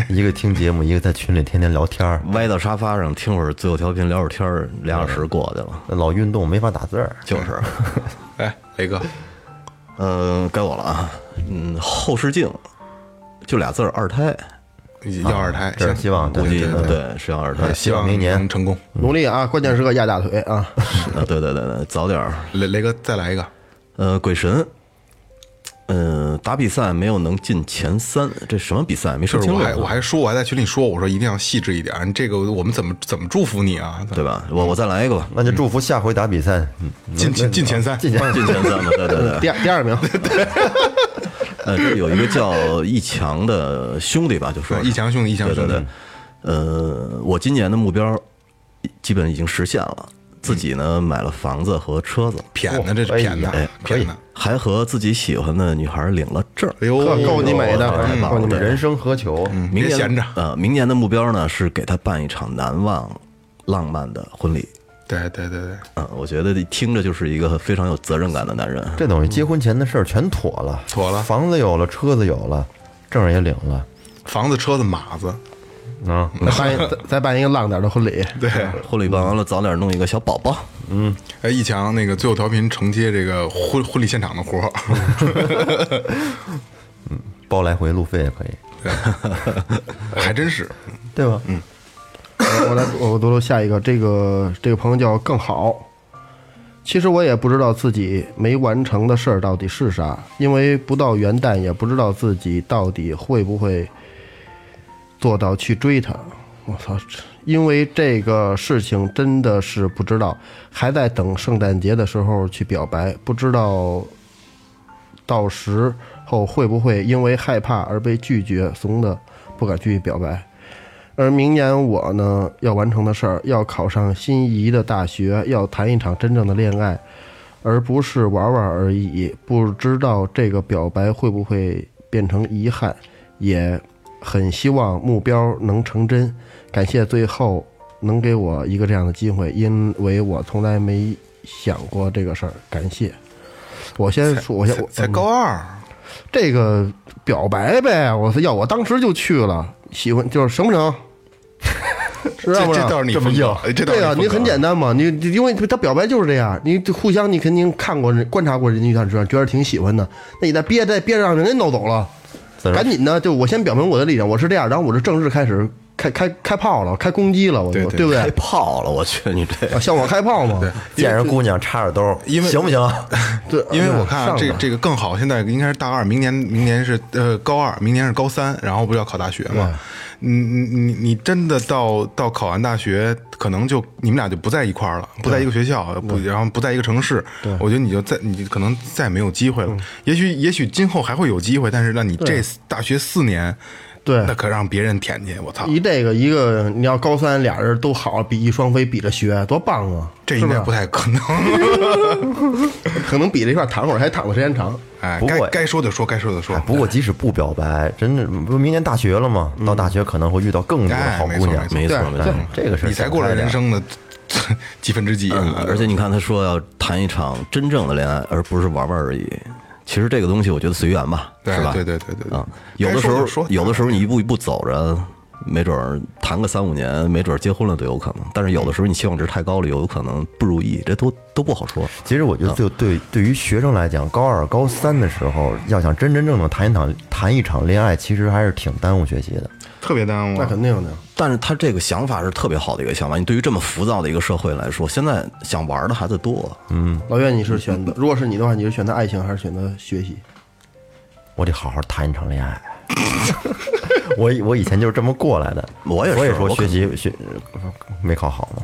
Speaker 2: 一个听节目，一个在群里天天聊天儿，
Speaker 4: 歪到沙发上听会儿最后调频，聊会儿天儿，俩小时过去了。
Speaker 2: 老运动没法打字儿。
Speaker 4: 就是，
Speaker 3: 哎，雷哥，
Speaker 4: 呃，该我了啊。嗯，后视镜就俩字儿，二胎，
Speaker 3: 要二胎，
Speaker 2: 这是
Speaker 3: 先
Speaker 2: 希望
Speaker 4: 估
Speaker 2: 对
Speaker 4: 计
Speaker 2: 对对
Speaker 4: 对是要二胎
Speaker 3: 呃。希望
Speaker 2: 明年
Speaker 3: 能成功。
Speaker 5: 努力啊，关键时刻压大腿啊！
Speaker 3: 哎
Speaker 4: 啊，对对对对，早点儿。
Speaker 3: 雷雷哥再来一个。
Speaker 4: 呃，鬼神，呃，打比赛没有能进前三，这什么比赛？没
Speaker 3: 就
Speaker 4: 说
Speaker 3: 是
Speaker 4: 清
Speaker 3: 我
Speaker 4: 楚
Speaker 3: 还我
Speaker 4: 啊，
Speaker 3: 还说我还在群里说我说一定要细致一点，这个我们怎么怎么祝福你啊？
Speaker 4: 对吧？我我再来一个吧，
Speaker 2: 那就祝福下回打比赛嗯
Speaker 3: 进进进前三，
Speaker 2: 进去。
Speaker 4: 进前三吧，对对对。
Speaker 5: 第二第二 名，
Speaker 4: 呃，这有一个叫易强的兄弟吧，就说
Speaker 3: 对一强兄弟，一强
Speaker 4: 对
Speaker 3: 兄
Speaker 4: 对
Speaker 3: 弟
Speaker 4: 对，，呃，我今年的目标基本已经实现了，自己呢买了房子和车子，
Speaker 3: 谝的这是谝
Speaker 2: 哎
Speaker 3: 的
Speaker 2: 呀，
Speaker 3: 谝的。
Speaker 4: 还和自己喜欢的女孩领了证儿。
Speaker 3: 哎呦，
Speaker 5: 呵够你美的
Speaker 4: 哎呦
Speaker 5: 嗯够你美的嗯
Speaker 2: 人生何求？
Speaker 4: 明
Speaker 3: 别
Speaker 4: 年
Speaker 3: 闲着
Speaker 4: 呃，明年的目标呢是给她办一场难忘、浪漫的婚礼。
Speaker 3: 对对对对，
Speaker 4: 嗯，我觉得听着就是一个非常有责任感的男人。
Speaker 2: 这等于结婚前的事儿全妥了，
Speaker 3: 妥了
Speaker 2: 房子有了，车子有了，证儿也领了，
Speaker 3: 房子、车子、马子，
Speaker 2: 啊，
Speaker 5: 再办一再再办一个浪点儿的婚礼，
Speaker 3: 对。
Speaker 4: 婚礼办完了，早点弄一个小宝宝。
Speaker 3: 哎，一强那个最后调频承接这个婚婚礼现场的活儿，
Speaker 2: 包来回路费也可以，
Speaker 3: 还真是。
Speaker 2: 对吧？嗯，
Speaker 5: 我来，我读读下一个，这个这个朋友叫更好，其实我也不知道自己没完成的事儿到底是啥，因为不到元旦也不知道自己到底会不会做到去追他。我操！这因为这个事情真的是不知道，还在等圣诞节的时候去表白，不知道到时候会不会因为害怕而被拒绝，怂的不敢去表白。而明年我呢要完成的事儿，要考上心仪的大学，要谈一场真正的恋爱，而不是玩玩而已。不知道这个表白会不会变成遗憾，也很希望目标能成真。感谢最后能给我一个这样的机会，因为我从来没想过这个事儿。感谢。我先说，我先我
Speaker 3: 才
Speaker 5: 嗯
Speaker 3: 高二，
Speaker 5: 这个表白呗，我操，要我当时就去了，喜欢就是成不成？是
Speaker 3: 这
Speaker 5: 让不
Speaker 3: 这
Speaker 5: 让？
Speaker 3: 倒是你
Speaker 2: 这么
Speaker 3: 风
Speaker 2: 硬
Speaker 3: 格，哎这倒是
Speaker 5: 对啊，
Speaker 3: 你
Speaker 5: 你很
Speaker 3: 单。
Speaker 5: 简单嘛，你你因为他表白就是这样，你互相你肯定看过人观察过人家一段时间，觉得挺喜欢的，那你再憋再憋着让人家弄走了，
Speaker 2: 自然
Speaker 5: 赶紧的，就我先表明我的立场，我是这样，然后我就正式开始开开开炮了，开攻击了，我就
Speaker 3: 对
Speaker 5: 对不
Speaker 4: 开
Speaker 5: 对？
Speaker 4: 炮了，我去你 这
Speaker 5: 啊，向我开炮嘛，
Speaker 2: 见着姑娘插着兜，
Speaker 3: 因为
Speaker 2: 行不行？
Speaker 5: 对，
Speaker 3: 因为我看啊
Speaker 5: 上
Speaker 3: 这个
Speaker 5: 吧
Speaker 3: 这个更好，现在应该是大二，明年明年是呃高二，明年是高三，然后不是要考大学嘛？你你你你真的到到考完大学，可能就你们俩就不在一块儿了，不在一个学校，不然后不在一个城市。我觉得你就再你可能再也没有机会了。也许也许今后还会有机会，但是那你这大学四年，
Speaker 5: 对
Speaker 3: 那可让别人舔去，我操！
Speaker 5: 一这个一个，你要高三俩人都好，比翼双飞，比着学，多棒啊！
Speaker 3: 这应该不太可能。
Speaker 5: 可能比这块儿躺会儿还躺的时间长。
Speaker 3: 哎，
Speaker 2: 不
Speaker 3: 该
Speaker 2: 过
Speaker 3: 该说的说，该说的说。
Speaker 4: 哎
Speaker 2: 不过即使不表白，真的不明年大学了吗？到大学可能会遇到更多的
Speaker 3: 哎，
Speaker 2: 好
Speaker 3: 没
Speaker 2: 姑
Speaker 3: 错
Speaker 2: 娘。
Speaker 4: 没错
Speaker 5: 对
Speaker 4: 没错。
Speaker 2: 哎这个是
Speaker 3: 你才过了人生的 几分之几，
Speaker 4: 嗯，而且你看他说要谈一场真正的恋爱，而不是玩玩而已。其实这个东西，我觉得随缘吧，
Speaker 3: 对
Speaker 4: 是吧？
Speaker 3: 对对对对对
Speaker 4: 啊，有的时
Speaker 3: 该说
Speaker 4: 候
Speaker 3: 就说
Speaker 4: 有的时候你一步一步走着，没准儿谈个三五年，没准儿结婚了都有可能。但是有的时候你期望值太高了，有可能不如意，这都都不好说。
Speaker 2: 其实我觉得，就对对于学生来讲，高二、高三的时候，要想真真正正谈一场谈一场恋爱，其实还是挺耽误学习的。
Speaker 3: 特别耽误
Speaker 5: 那
Speaker 3: 啊。
Speaker 5: 肯定的，
Speaker 4: 但是他这个想法是特别好的一个想法。你对于这么浮躁的一个社会来说，现在想玩的孩子多，
Speaker 3: 嗯
Speaker 5: 老岳，你是选择，如果是你的话，你是选择爱情还是选择学习？
Speaker 2: 我得好好谈一场恋爱。我以我以前就是这么过来的，
Speaker 4: 我也是
Speaker 2: 我也说
Speaker 4: 我可
Speaker 2: 学习学没考好嘛，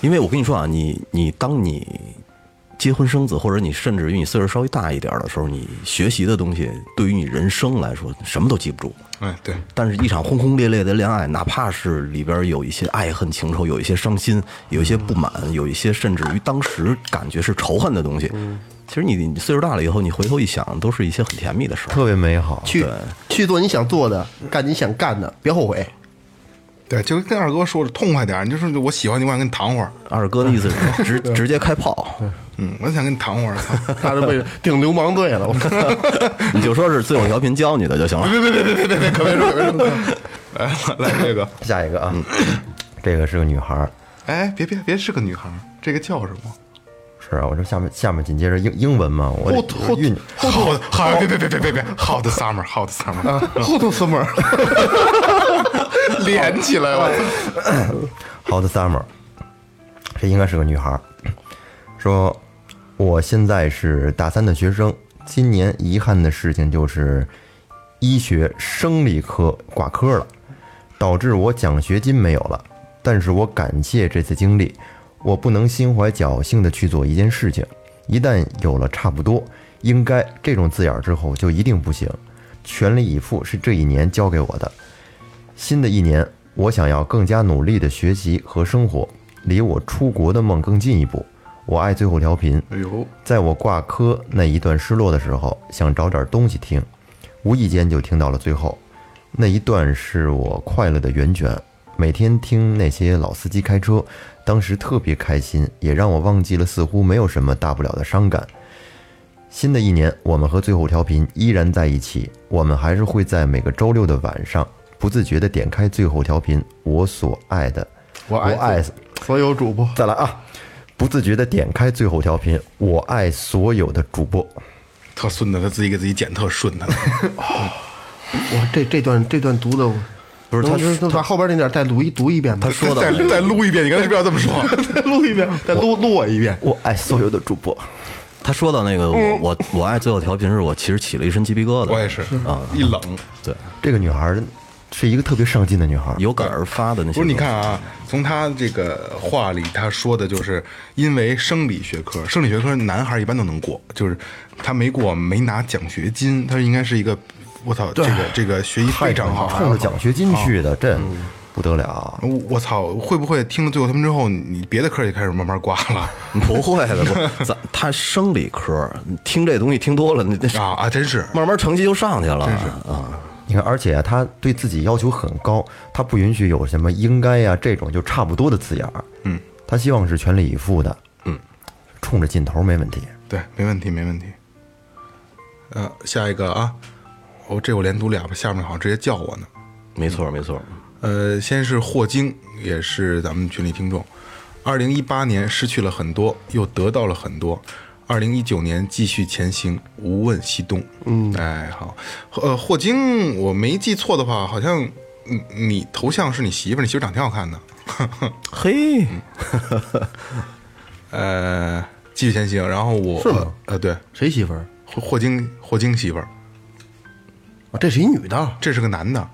Speaker 4: 因为我跟你说啊，你你当你结婚生子，或者你甚至于你岁数稍微大一点的时候，你学习的东西对于你人生来说什么都记不住。
Speaker 3: 哎，对，
Speaker 4: 但是，一场轰轰烈烈的恋爱，哪怕是里边有一些爱恨情仇，有一些伤心，有一些不满，有一些甚至于当时感觉是仇恨的东西，
Speaker 3: 嗯
Speaker 4: 其实你你岁数大了以后，你回头一想，都是一些很甜蜜的事儿。
Speaker 2: 特别美好。
Speaker 5: 去去做你想做的，干你想干的，别后悔。
Speaker 3: 对，就跟二哥说的痛快点儿，你就说我喜欢你，我想跟你谈会儿，
Speaker 4: 二哥的意思是直直接开炮，
Speaker 3: 嗯，我想跟你谈会儿， 操
Speaker 5: 他是被顶流氓罪了，我操！
Speaker 4: 你就说是最后调频教你的就行了。
Speaker 3: 来哎来这个，
Speaker 2: 下一个啊，这个是个女孩儿，
Speaker 3: 哎，别别别是个女孩儿，这个叫什么？
Speaker 2: 是啊，我说下面下面紧接着英英文嘛，我得
Speaker 5: 后后
Speaker 2: 运
Speaker 3: 好的，好，别别别别别别，Hot Summer，Hot Summer，
Speaker 4: 啊
Speaker 5: 糊涂 summer，
Speaker 3: 连起来了，
Speaker 2: Hot Summer，这应该是个女孩儿，说我现在是大三的学生，今年遗憾的事情就是医学生理科挂科了，导致我奖学金没有了。但是我感谢这次经历，我不能心怀侥幸的去做一件事情，一旦有了差不多应该这种字眼儿之后，就一定不行。全力以赴是这一年教给我的，新的一年，我想要更加努力的学习和生活，离我出国的梦更进一步。我爱最后调频，
Speaker 3: 哎呦，
Speaker 2: 在我挂科那一段失落的时候，想找点东西听，无意间就听到了最后那一段，是我快乐的源泉。每天听那些老司机开车，当时特别开心，也让我忘记了似乎没有什么大不了的伤感。新的一年，我们和最后调频依然在一起，我们还是会在每个周六的晚上不自觉地点开最后调频，我所爱的，
Speaker 5: 我爱
Speaker 2: 我爱
Speaker 5: 所有主播
Speaker 2: 再来啊！不自觉地点开最后调频，我爱所有的主播。
Speaker 3: 特 顺的，他自己给自己剪特顺的，
Speaker 5: 哇，这这段这段读的我
Speaker 4: 不是他
Speaker 5: 能能把后边那点再读一读一遍吗？
Speaker 4: 他说的
Speaker 3: 再
Speaker 4: 我
Speaker 3: 再撸一遍，你刚才不要这么说。
Speaker 5: 再录一遍，再录录我一遍。
Speaker 2: 我爱所有的主播，
Speaker 4: 他说到那个我我我爱最后调频是我其实起了一身鸡皮疙瘩，
Speaker 3: 嗯我也是
Speaker 4: 啊，
Speaker 3: 一冷。
Speaker 4: 对，
Speaker 2: 这个女孩儿是一个特别上进的女孩儿，
Speaker 4: 有感而发的那些。
Speaker 3: 不是，你看，啊，从他这个话里，他说的就是因为生理学科，生理学科男孩一般都能过，就是他没过没拿奖学金，他应该是一个，我操，这个这个学习非常好，啊
Speaker 2: 冲着奖学金去的，这不得了。
Speaker 3: 我我操，会不会听了最后他们之后，你别的科也开始慢慢挂了
Speaker 4: 不会的，不，咱他生理科听这东西听多了，你这
Speaker 3: 啊啊？真是，
Speaker 4: 慢慢成绩就上去了，
Speaker 3: 真是
Speaker 4: 啊，
Speaker 2: 你看，而且她对自己要求很高，她不允许有什么“应该”呀这种就差不多的字眼儿。嗯，她希望是全力以赴的。嗯，冲着劲头没问题。
Speaker 3: 对，没问题，没问题。呃，下一个啊，哦，这我连读俩吧，下面好像直接叫我呢。
Speaker 4: 没错没错，
Speaker 3: 呃，先是霍金，也是咱们群里听众。二零一八年失去了很多，又得到了很多。二零一九年继续前行，无问西东。嗯，哎，好，呃，霍金，我没记错的话，好像你你头像是你媳妇儿，你媳妇儿长挺好看的。
Speaker 4: 嘿，
Speaker 3: 呃，继续前行，然后我
Speaker 5: 是吗
Speaker 3: 呃，对，
Speaker 5: 谁媳妇儿？
Speaker 3: 霍霍金，霍金媳妇儿，
Speaker 5: 啊这是一女的，
Speaker 3: 这是个男的，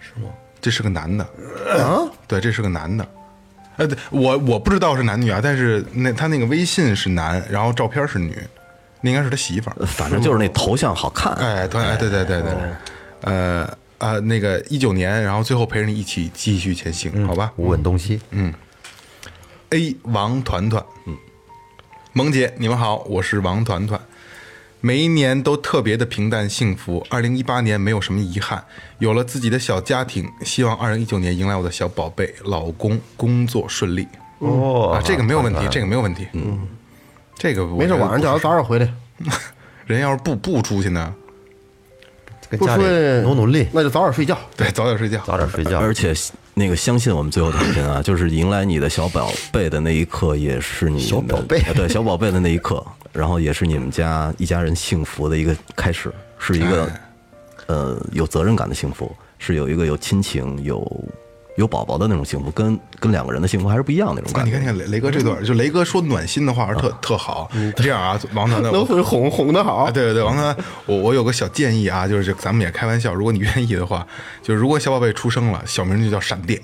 Speaker 3: 是吗？这是个男的啊？对，这是个男的。呃，对我我不知道是男女啊，但是那他那个微信是男，然后照片是女，那应该是他媳妇儿。
Speaker 4: 反正就是那头像好看，
Speaker 3: 哎，对，哎，对对对对，呃啊、那个一九年，然后最后陪着你一起继续前行，好吧
Speaker 2: 无问东西，
Speaker 3: 嗯？A 王团团，嗯，萌姐，你们好，我是王团团。每一年都特别的平淡幸福，二零一八年没有什么遗憾，有了自己的小家庭，希望二零一九年迎来我的小宝贝老公，工作顺利。
Speaker 2: 哦
Speaker 3: 啊，这个没有问题，这个没有问题。嗯，这个我
Speaker 5: 没事，
Speaker 3: 觉得
Speaker 5: 晚上叫她
Speaker 3: 不是
Speaker 5: 早点回来，
Speaker 3: 人要是不不出去呢，
Speaker 2: 跟
Speaker 5: 不
Speaker 2: 家
Speaker 5: 出
Speaker 2: 里
Speaker 5: 来
Speaker 2: 努努力，
Speaker 5: 那就早点睡觉。
Speaker 3: 对，早点睡觉。
Speaker 2: 早点睡觉。
Speaker 4: 而
Speaker 3: 呃
Speaker 4: 且那个相信我们最后调频啊，就是迎来你的小宝贝的那一刻，也是你小
Speaker 2: 宝贝
Speaker 4: 对小宝贝的那一刻，然后也是你们家一家人幸福的一个开始，是一个呃有责任感的幸福，是有一个有亲情有。有宝宝的那种幸福，跟跟两个人的幸福还是不啊一样的那种
Speaker 3: 看
Speaker 4: 感
Speaker 3: 你
Speaker 4: 觉
Speaker 3: 看，。你看雷雷哥这段，就雷哥说暖心的话是特特好。
Speaker 4: 嗯
Speaker 3: 这样啊，王 团团，
Speaker 5: 能
Speaker 3: 我
Speaker 5: 会哄哄的好
Speaker 3: 啊，，对对对，王团，我我有个小建议啊，就是咱们也开玩笑，如果你愿意的话，就是如果小宝贝出生了，小名就叫闪电。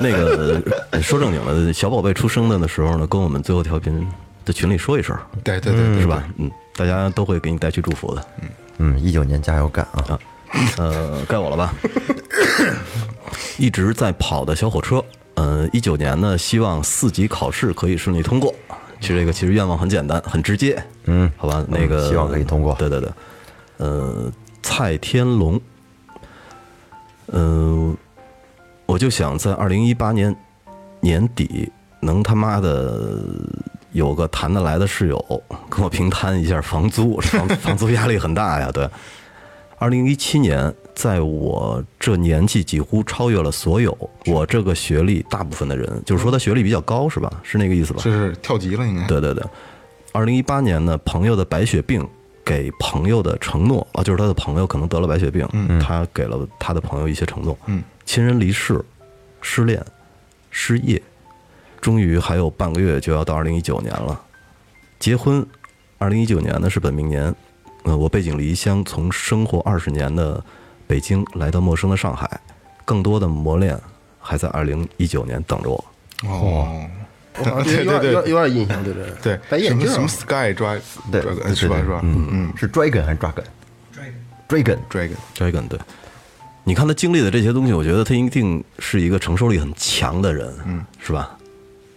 Speaker 4: 那个呃说正经的，小宝贝出生的时候呢，跟我们最后调频的群里说一声，
Speaker 3: 对对对对，
Speaker 4: 是吧？嗯，大家都会给你带去祝福的。
Speaker 2: 嗯，一九年加油干啊！
Speaker 4: 呃，该我了吧？一直在跑的小火车，呃，一九年呢，希望四级考试可以顺利通过。其实这个其实愿望很简单，很直接。嗯，好吧，那个、
Speaker 2: 希望可以通过
Speaker 4: 对对对，呃，蔡天龙，呃，我就想在二零一八年年底能他妈的有个谈得来的室友跟我平摊一下房租，房 房租压力很大呀。对，二零一七年，在我这年纪几乎超越了所有我这个学历大部分的人，就是说他学历比较高是吧？是那个意思吧？
Speaker 3: 这是跳级了应该。
Speaker 4: 对对对，二零一八年呢，朋友的白血病给朋友的承诺啊，就是他的朋友可能得了白血病，他给了他的朋友一些承诺，
Speaker 3: 嗯
Speaker 4: 亲人离世、失恋、失业，终于还有半个月就要到二零一九年了，结婚，二零一九年呢是本命年，呃，我背井离乡，从生活二十年的北京来到陌生的上海，更多的磨练还在二零一九年等着我。
Speaker 3: 哦，
Speaker 5: 我 好像觉得有点有点啊有点印象，对对
Speaker 3: 对，
Speaker 5: 哦戴眼
Speaker 3: 什么
Speaker 5: 镜儿啊
Speaker 3: 什么 Sky Drive，
Speaker 2: 对
Speaker 3: Dragon，，
Speaker 2: 对
Speaker 3: 是吧
Speaker 2: 对
Speaker 3: 是吧？
Speaker 2: 嗯嗯，是 dragon 还是 dragon？dragon，dragon，
Speaker 3: ，Dragon，
Speaker 4: Dragon 对，你看他经历的这些东西，我觉得他一定是一个承受力很强的人，嗯，是吧？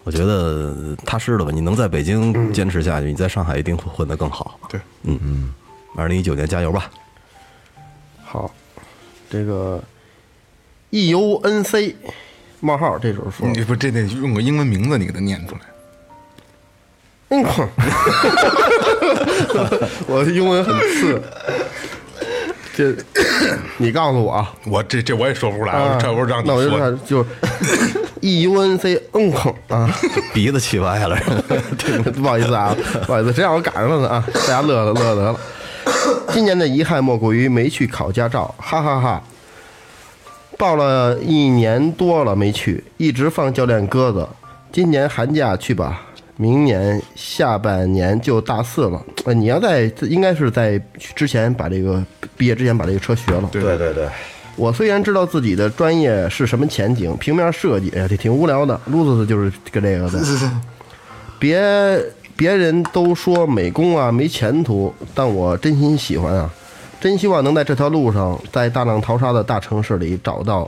Speaker 4: 我觉得踏实了吧，你能在北京坚持下去，你在上海一定会混得更好。
Speaker 3: 对，
Speaker 4: 嗯嗯，二零一九年加油吧！
Speaker 5: 好，这个 E U N C 冒号，这时候说，
Speaker 3: 你不这得用个英文名字你给他念出来。
Speaker 5: 嗯，哼我的英文很次。这，你告诉我啊，
Speaker 3: 我这这我也说不出来，
Speaker 5: 啊
Speaker 3: 我这我让你
Speaker 5: 那我就
Speaker 3: 说。
Speaker 5: 看就是 E U N C 嗯哼啊，
Speaker 4: 鼻子气歪 了，
Speaker 5: 不好意思啊，不好意思，真让我赶上了呢啊，大家乐了乐了得了。今年的遗憾莫过于没去考驾照，哈哈哈报了一年多了没去，一直放教练鸽子。今年寒假去吧，明年下半年就大四了。呃，你要在应该是在之前把这个毕业之前把这个车学了。
Speaker 2: 对对对，
Speaker 5: 我虽然知道自己的专业是什么前景，平面设计，哎呀，这挺无聊的。路子就是跟这 个的，别别人都说美工啊没前途，但我真心喜欢啊，真希望能在这条路上，在大浪淘沙的大城市里找到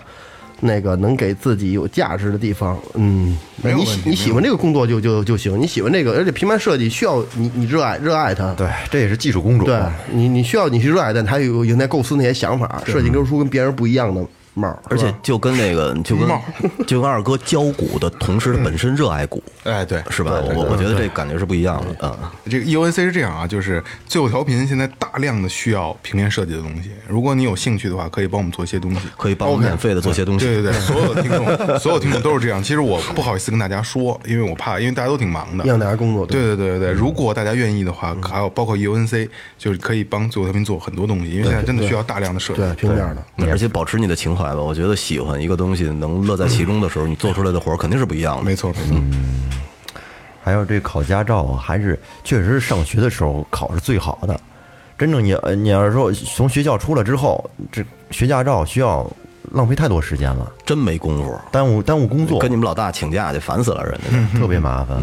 Speaker 5: 那个能给自己有价值的地方。嗯，
Speaker 3: 没有
Speaker 5: 你
Speaker 3: 问
Speaker 5: 喜
Speaker 3: 题
Speaker 5: 你喜欢这个工作就就就行，你喜欢这个，而且平面设计需要你你热爱热爱它。
Speaker 2: 对，这也是技术工种。啊
Speaker 5: 对你，你需要你去热爱，但他有有在构思那些想法，设计出跟别人不一样的帽儿，
Speaker 4: 而
Speaker 5: 是
Speaker 4: 且
Speaker 5: 吧
Speaker 4: 就跟那个就跟
Speaker 3: 帽
Speaker 4: 就跟二哥教鼓的同时，他本身热爱鼓，
Speaker 3: 哎，对，
Speaker 4: 是吧？我我觉得这感觉是不一样的啊。
Speaker 3: 这个 UNC 是这样啊，就是最后调频现在大量的需要平面设计的东西，如果你有兴趣的话，可以帮我们做一些东西。
Speaker 4: 可以帮我免费的做些东西。
Speaker 3: 对 对对，所有的听众，所有听众都是这样。其实我不好意思跟大家说，因为我怕，因为大家都挺忙的，
Speaker 5: 让大家工作。
Speaker 3: 对对对对对，如果大家愿意的
Speaker 5: 嗯
Speaker 3: 话，还有包括 E UNC，就是可以帮最后调频做很多东西，因为现在真的需要大量的设计。
Speaker 5: 对，平面的。
Speaker 4: 对嗯而且保持你的情怀吧，我觉得喜欢一个东西，能乐在其中的时候，你做出来的活儿肯定是不一样的。
Speaker 3: 没错没错，
Speaker 5: 嗯
Speaker 2: 还有这考驾照啊，还是确实是上学的时候考是最好的。真正你呃你要是说从学校出来之后，这学驾照需要浪费太多时间了，
Speaker 4: 真没功夫，
Speaker 2: 耽误耽误工作，
Speaker 4: 跟你们老大请假去，烦死了人家。
Speaker 2: 特别麻烦。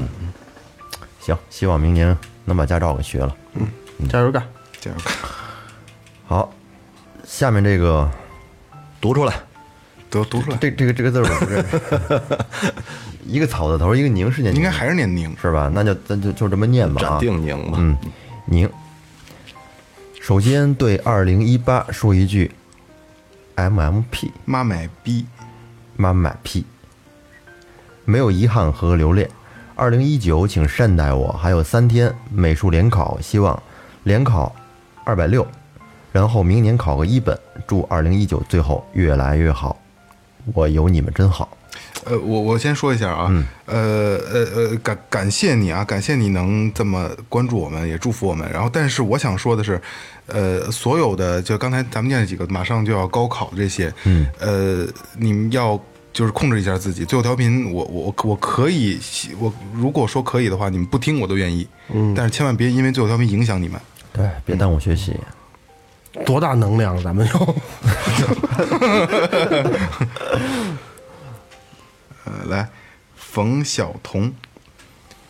Speaker 2: 行，希望明年能把驾照给学了。
Speaker 5: 嗯加油干！
Speaker 3: 这样
Speaker 2: 好，下面这个
Speaker 4: 读出来，
Speaker 3: 读读出来，
Speaker 2: 这这个这个字儿我不认识，一个草字头，一个宁是念宁，
Speaker 3: 应该还是念宁。
Speaker 2: 是吧？那就咱就就这么念吧啊。
Speaker 4: 斩定宁吧。
Speaker 2: 嗯，您首先对二零一八说一句，MMP
Speaker 3: 妈买逼，
Speaker 2: 妈买屁，没有遗憾和留恋。二零一九，请善待我，还有三天美术联考，希望联考二百六，然后明年考个一本。祝二零一九最后越来越好，我有你们真好。
Speaker 3: 呃，我我先说一下啊，呃呃呃，感感谢你啊，感谢你能这么关注我们，也祝福我们。然后，但是我想说的是，呃，所有的就刚才咱们念了几个马上就要高考这些，嗯，呃，你们要。就是控制一下自己。最后调频我，我我我可以，我如果说可以的话，你们不听我都愿意。嗯，但是千万别因为最后调频影响你们。
Speaker 2: 对，别耽误学习。
Speaker 5: 多大能量，啊咱 们就
Speaker 3: 呃，来，冯晓彤，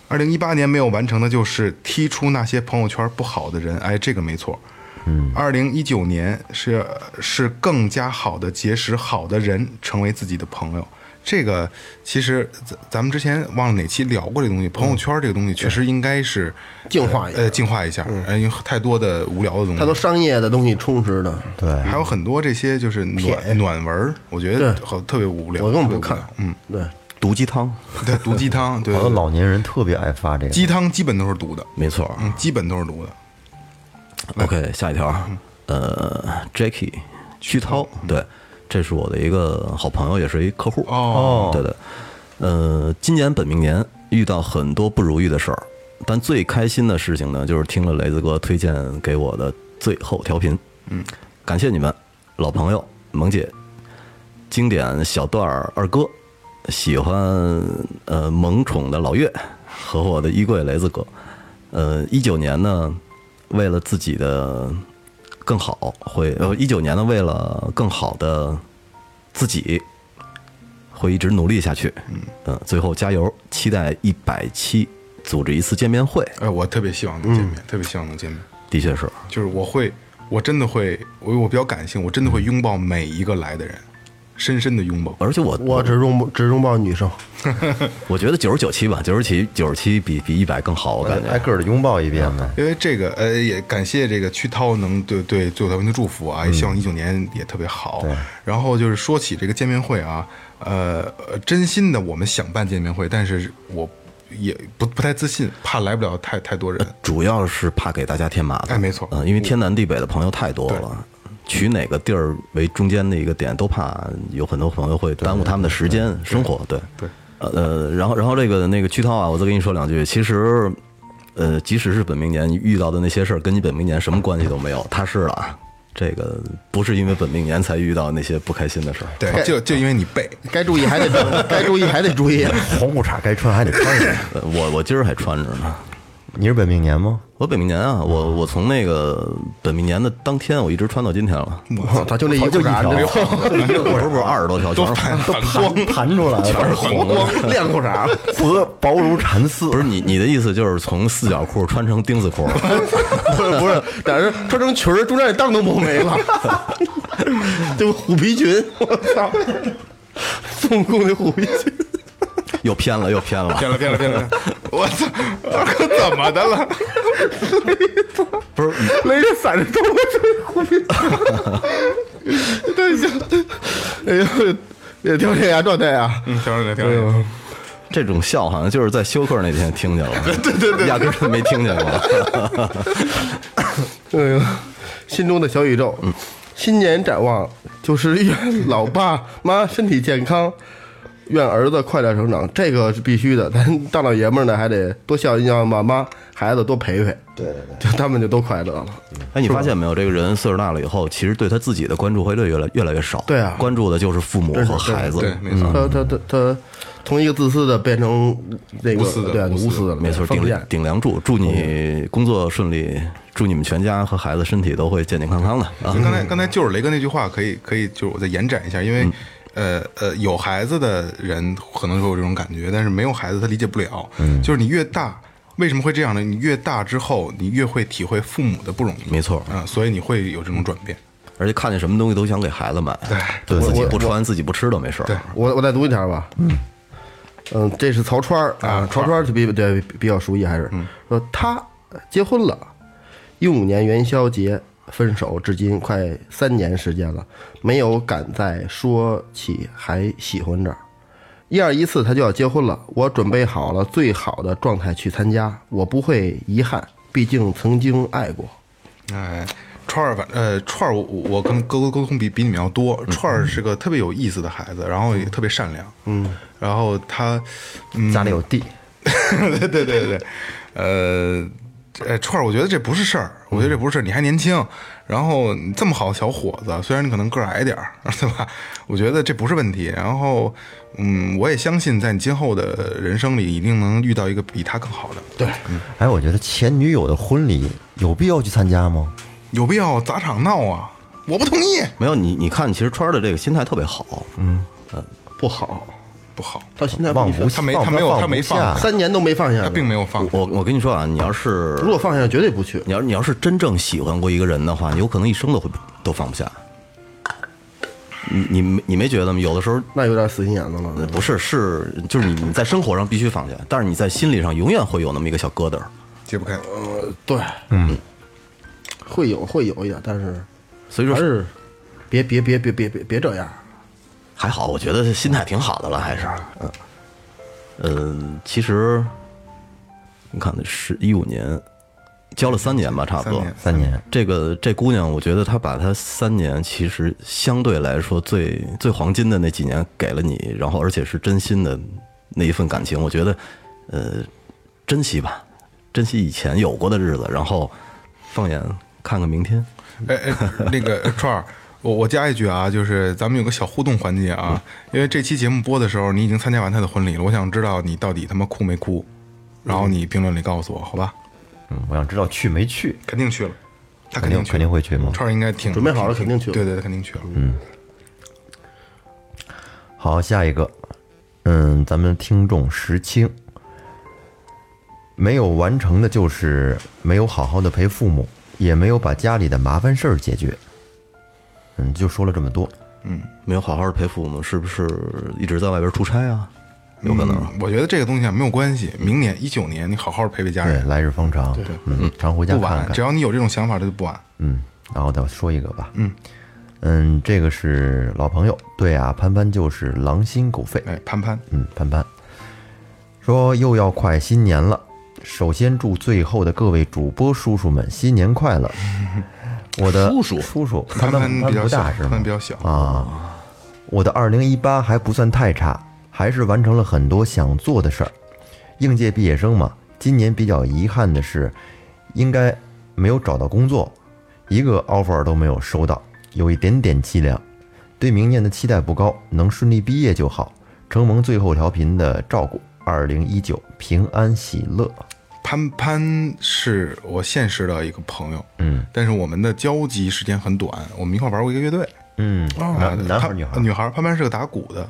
Speaker 3: 二零一八年没有完成的就是踢出那些朋友圈不好的人，哎，这个没错。嗯，二零一九年是是更加好的结识好的人，成为自己的朋友。这个其实咱咱们之前忘了哪期聊过这东西，朋友圈这个东西确实应该是
Speaker 5: 嗯净化一下嗯
Speaker 3: 呃，净化一下，呃因为太多的无聊的东西，
Speaker 5: 太多商业的东西充斥的。
Speaker 2: 对，
Speaker 3: 还有很多这些就是暖暖文儿，我觉得好特别无聊，
Speaker 5: 我根本不
Speaker 3: 特别无聊
Speaker 5: 看。
Speaker 3: 嗯，
Speaker 5: 对，
Speaker 4: 毒鸡汤，
Speaker 3: 对，毒鸡汤， 对，
Speaker 2: 好
Speaker 3: 对
Speaker 2: 多
Speaker 3: 对
Speaker 2: 老年人特别爱发这个。
Speaker 3: 鸡汤基本都是毒的，
Speaker 4: 没错。
Speaker 3: 嗯，基本都是毒的。
Speaker 4: OK，下一条，啊呃，Jacky 徐涛，对，这是我的一个好朋友，也是一客户。
Speaker 3: 哦
Speaker 4: 对对，呃，今年本命年遇到很多不如意的事儿，但最开心的事情呢，就是听了雷子哥推荐给我的最后调频。嗯，感谢你们，老朋友萌姐，经典小段儿二哥，喜欢呃萌宠的老岳和我的衣柜雷子哥。呃，一九年呢，为了自己的更好，会呃一九年呢，为了更好的自己，会一直努力下去。嗯、最后加油！期待一百期组织一次见面会，
Speaker 3: 哎，我特别希望能见面，特别希望能见面。
Speaker 4: 的确是
Speaker 3: 就是我会，我真的会，我我比较感性，我真的会拥抱每一个来的人，深深的拥抱。
Speaker 4: 而且我
Speaker 5: 我只拥只拥抱女生，
Speaker 4: 我觉得九十九期吧，九十期九十期比比一百更好，我感
Speaker 2: 挨
Speaker 4: 觉。
Speaker 2: 个儿的拥抱一遍呗。
Speaker 3: 因为这个，呃，也感谢这个屈涛能对对最后调频的祝福啊，也希望一九年也特别好。然后就是说起这个见面会啊，呃，呃真心的我们想办见面会，但是我也不不太自信，怕来不了太太多人。
Speaker 4: 主要是怕给大家添麻烦，
Speaker 3: 哎没错
Speaker 4: 嗯，因为天南地北的朋友太多了，取哪个地儿为中间的一个点，都怕有很多朋友会耽误他们的时间、生活，对
Speaker 3: 对，
Speaker 4: 呃呃，然后然后这个那个屈涛啊，我再跟你说两句，其实，呃，即使是本命年你遇到的那些事儿，跟你本命年什么关系都没有，他是了啊，这个不是因为本命年才遇到那些不开心的事儿。
Speaker 3: 对，就就因为你背，
Speaker 5: 该 注意还得 该注意还得注 意。
Speaker 2: 红裤衩该穿还得穿上。
Speaker 4: 呃我我今儿还穿着呢。
Speaker 2: 你是本命年吗？
Speaker 4: 我本命年啊，我我从那个本命年的当天，我一直穿到今天了。
Speaker 5: 我操，就那一
Speaker 2: 就
Speaker 5: 裤
Speaker 2: 一条
Speaker 5: 衩， 你这
Speaker 4: 不是不是，二十多条全是。
Speaker 2: 盘盘出来了，全是
Speaker 5: 光光 亮裤衩，
Speaker 2: 薄薄如蚕丝
Speaker 4: 不。是你你的意思就是从四角裤穿成钉子裤？
Speaker 5: 不是不是，俩人穿成裙儿，中间那裆都崩没了，就虎皮裙，我操，宋贡那虎皮裙，
Speaker 4: 又偏了又偏了。
Speaker 3: 骗了骗了骗 了，我操，二哥怎么的了？
Speaker 5: 勒着散着头发穿虎皮 裙，真行，哎呦，也挺这样状态啊，
Speaker 3: 嗯，停了停了，
Speaker 4: 这种笑好像就是在休克那天听见了，对对对，压根儿就没听见过。
Speaker 5: 哎呦，心中的小宇宙，新年展望就是愿老爸妈身体健康。愿儿子快乐成长，这个是必须的。咱大老爷们儿呢，还得多孝敬孝妈妈，孩子多陪陪。对对对，就他们就都快乐了。
Speaker 4: 哎，你发现没有？这个人岁数大了以后，其实对他自己的关注会越来越来越少。
Speaker 5: 对啊
Speaker 4: 关注的就是父母和孩子。
Speaker 3: 对，没错，
Speaker 5: 他他他他从一个自私的变成那个
Speaker 3: 无私的
Speaker 5: 对啊
Speaker 3: 无私的
Speaker 5: 无私的了，
Speaker 4: 没错，
Speaker 5: 放不
Speaker 4: 顶
Speaker 5: 下
Speaker 4: 顶梁柱，祝你工作顺利，祝你们全家和孩子身体都会健健康康的啊！
Speaker 3: 刚才刚才就是雷哥那句话，可以可以，就是我再延展一下，因为、呃呃，有孩子的人可能会有这种感觉，但是没有孩子他理解不了。就是你越大，为什么会这样呢？你越大之后，你越会体会父母的不容易。
Speaker 4: 没错
Speaker 3: 啊、所以你会有这种转变。
Speaker 4: 而且看见什么东西都想给孩子买，对自己不穿、自己不吃都没事儿。
Speaker 3: 对
Speaker 5: 我我再读一条吧。嗯这是曹川儿啊，嗯曹川儿就比对比较熟悉，还是说他结婚了，一五年元宵节分手，至今快三年时间了，没有敢再说起还喜欢着。一二一四他就要结婚了，我准备好了最好的状态去参加，我不会遗憾，毕竟曾经爱过。
Speaker 3: 哎，串儿反呃串儿我我跟沟沟通比比你们要多，串儿是个特别有意思的孩子，然后也特别善良，嗯，然后他，嗯，
Speaker 2: 家里有地，
Speaker 3: 对对对对，对，呃，呃，串儿，我觉得这不是事儿，我觉得这不是事儿，你还年轻，然后你这么好的小伙子，虽然你可能个儿矮点儿， 对吧？我觉得这不是问题。然后，嗯，我也相信在你今后的人生里，一定能遇到一个比他更好的。对，
Speaker 2: 哎，我觉得前女友的婚礼有必要去参加吗？
Speaker 3: 有必要砸场闹啊？我不同意，
Speaker 4: 没有你，你看，其实川儿的这个心态特别好，嗯，
Speaker 5: 不好，
Speaker 3: 不好，
Speaker 5: 到现在
Speaker 2: 忘
Speaker 5: 不
Speaker 2: 不
Speaker 3: 他没他没有他没放
Speaker 2: 下，
Speaker 5: 三年都没放下
Speaker 3: 他
Speaker 5: 来，
Speaker 3: 并没有放。
Speaker 4: 我我跟你说啊，你要是
Speaker 5: 如果放下绝对不去。
Speaker 4: 你要你要是真正喜欢过一个人的话，有可能一生都会都放不下。你你没你没觉得吗？有的时候
Speaker 5: 那有点死心眼子了。
Speaker 4: 不是是就是你你在生活上必须放下，但是你在心理上永远会有那么一个小疙瘩儿。
Speaker 3: 解不开，
Speaker 5: 对，嗯，会有会有一点，但是
Speaker 4: 所以
Speaker 5: 还
Speaker 4: 说
Speaker 5: 是别别别别别别别这样。
Speaker 4: 还好，我觉得心态挺好的了，还是嗯嗯，其实你看是一五年交了三年吧，差不
Speaker 3: 三
Speaker 4: 多
Speaker 3: 年
Speaker 2: 三年，
Speaker 4: 这个这姑娘，我觉得她把她三年其实相对来说最最黄金的那几年给了你，然后而且是真心的那一份感情，我觉得，呃，珍惜吧，珍惜以前有过的日子，然后放眼看看明天。
Speaker 3: 哎哎，那个串儿，我我加一句啊，就是咱们有个小互动环节啊，因为这期节目播的时候，你已经参加完他的婚礼了，我想知道你到底他妈哭没哭，然后你评论里告诉我，好吧？
Speaker 2: 嗯，我想知道去没去，
Speaker 3: 肯定去了，他
Speaker 2: 肯
Speaker 3: 定
Speaker 2: 定
Speaker 3: 去嗯
Speaker 2: 肯定会去吗？
Speaker 3: 串儿应该挺
Speaker 5: 准备好了肯定去了
Speaker 3: 对对对，肯定去了。嗯，
Speaker 2: 好，下一个，嗯，咱们听众石青，没有完成的就是没有好好的陪父母，也没有把家里的麻烦事儿解决，嗯，就说了这么多，
Speaker 4: 没有好好的陪父母，是不是一直在外边出差啊？有可能。
Speaker 3: 我觉得这个东西啊没有关系，明年一九年你好好陪陪家
Speaker 2: 对，
Speaker 3: 人，
Speaker 2: 来日方长，嗯，常回家
Speaker 3: 哎不
Speaker 2: 看
Speaker 3: 晚，只
Speaker 2: 看，
Speaker 3: 要你有这种想法，这就不晚。
Speaker 2: 嗯，然后再说一个吧，嗯，嗯，这个是老朋友，对啊，潘潘就是狼心狗肺，
Speaker 3: 哎，潘潘，
Speaker 2: 嗯，潘潘说又要快新年了，首先祝最后的各位主播叔叔们新年快 乐。我的
Speaker 4: 叔叔
Speaker 2: 叔叔，
Speaker 3: 潘
Speaker 2: 潘
Speaker 3: 潘比较
Speaker 2: 不
Speaker 3: 小，
Speaker 2: 大是
Speaker 3: 潘潘
Speaker 2: 吗
Speaker 3: 比？较小，
Speaker 2: 啊，我的二零一八还不算太差，还是完成了很多想做的事儿。应届毕业生嘛，今年比较遗憾的是，应该没有找到工作，一个 offer 都没有收到，有一点点凄凉。对明年的期待不高，能顺利毕业就好。承蒙最后调频的照顾，二零一九平安喜乐。
Speaker 3: 潘潘是我现实的一个朋友，
Speaker 2: 嗯
Speaker 3: 但是我们的交集时间很短，我们一块玩过一个乐队，
Speaker 2: 嗯，
Speaker 3: 啊
Speaker 2: 男男孩
Speaker 3: 他
Speaker 2: 儿女孩儿哦
Speaker 3: 女孩儿，潘潘是个打鼓的，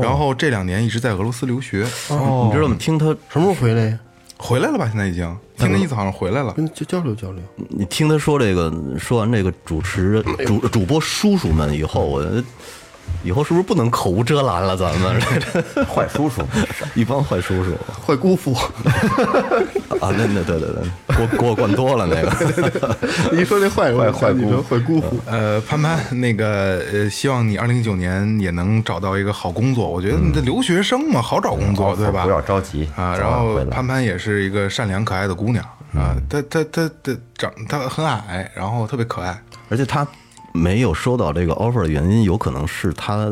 Speaker 3: 然后这两年一直在俄罗斯留学，
Speaker 4: 你知道吗？听他
Speaker 5: 什么时候回来呀？
Speaker 3: 回来了吧？现在已经，听那意思好像回来了。
Speaker 2: 嗯
Speaker 5: 跟交交流交流。
Speaker 4: 你听他说这个，说完这个主持主主播叔叔们以后，我以后是不是不能口无遮拦了？咱们
Speaker 2: 坏叔叔，
Speaker 4: 一帮坏叔叔
Speaker 5: 坏姑父，
Speaker 4: 啊，那那对对对，给我给我灌多了那个。
Speaker 5: 你一说这坏坏坏，你说坏姑父，嗯
Speaker 3: 呃，潘潘，那个呃，希望你二零一九年也能找到一个好工作。我觉得你这留学生嘛，好找工作，对吧？
Speaker 2: 嗯不要着急
Speaker 3: 啊。
Speaker 2: 早
Speaker 3: 然
Speaker 2: 晚
Speaker 3: 后
Speaker 2: 回来嗯
Speaker 3: 潘潘也是一个善良可爱的姑娘啊，她她她她长她很矮，然后特别可爱。
Speaker 4: 而且他没有收到这个 offer 的原因，有可能是他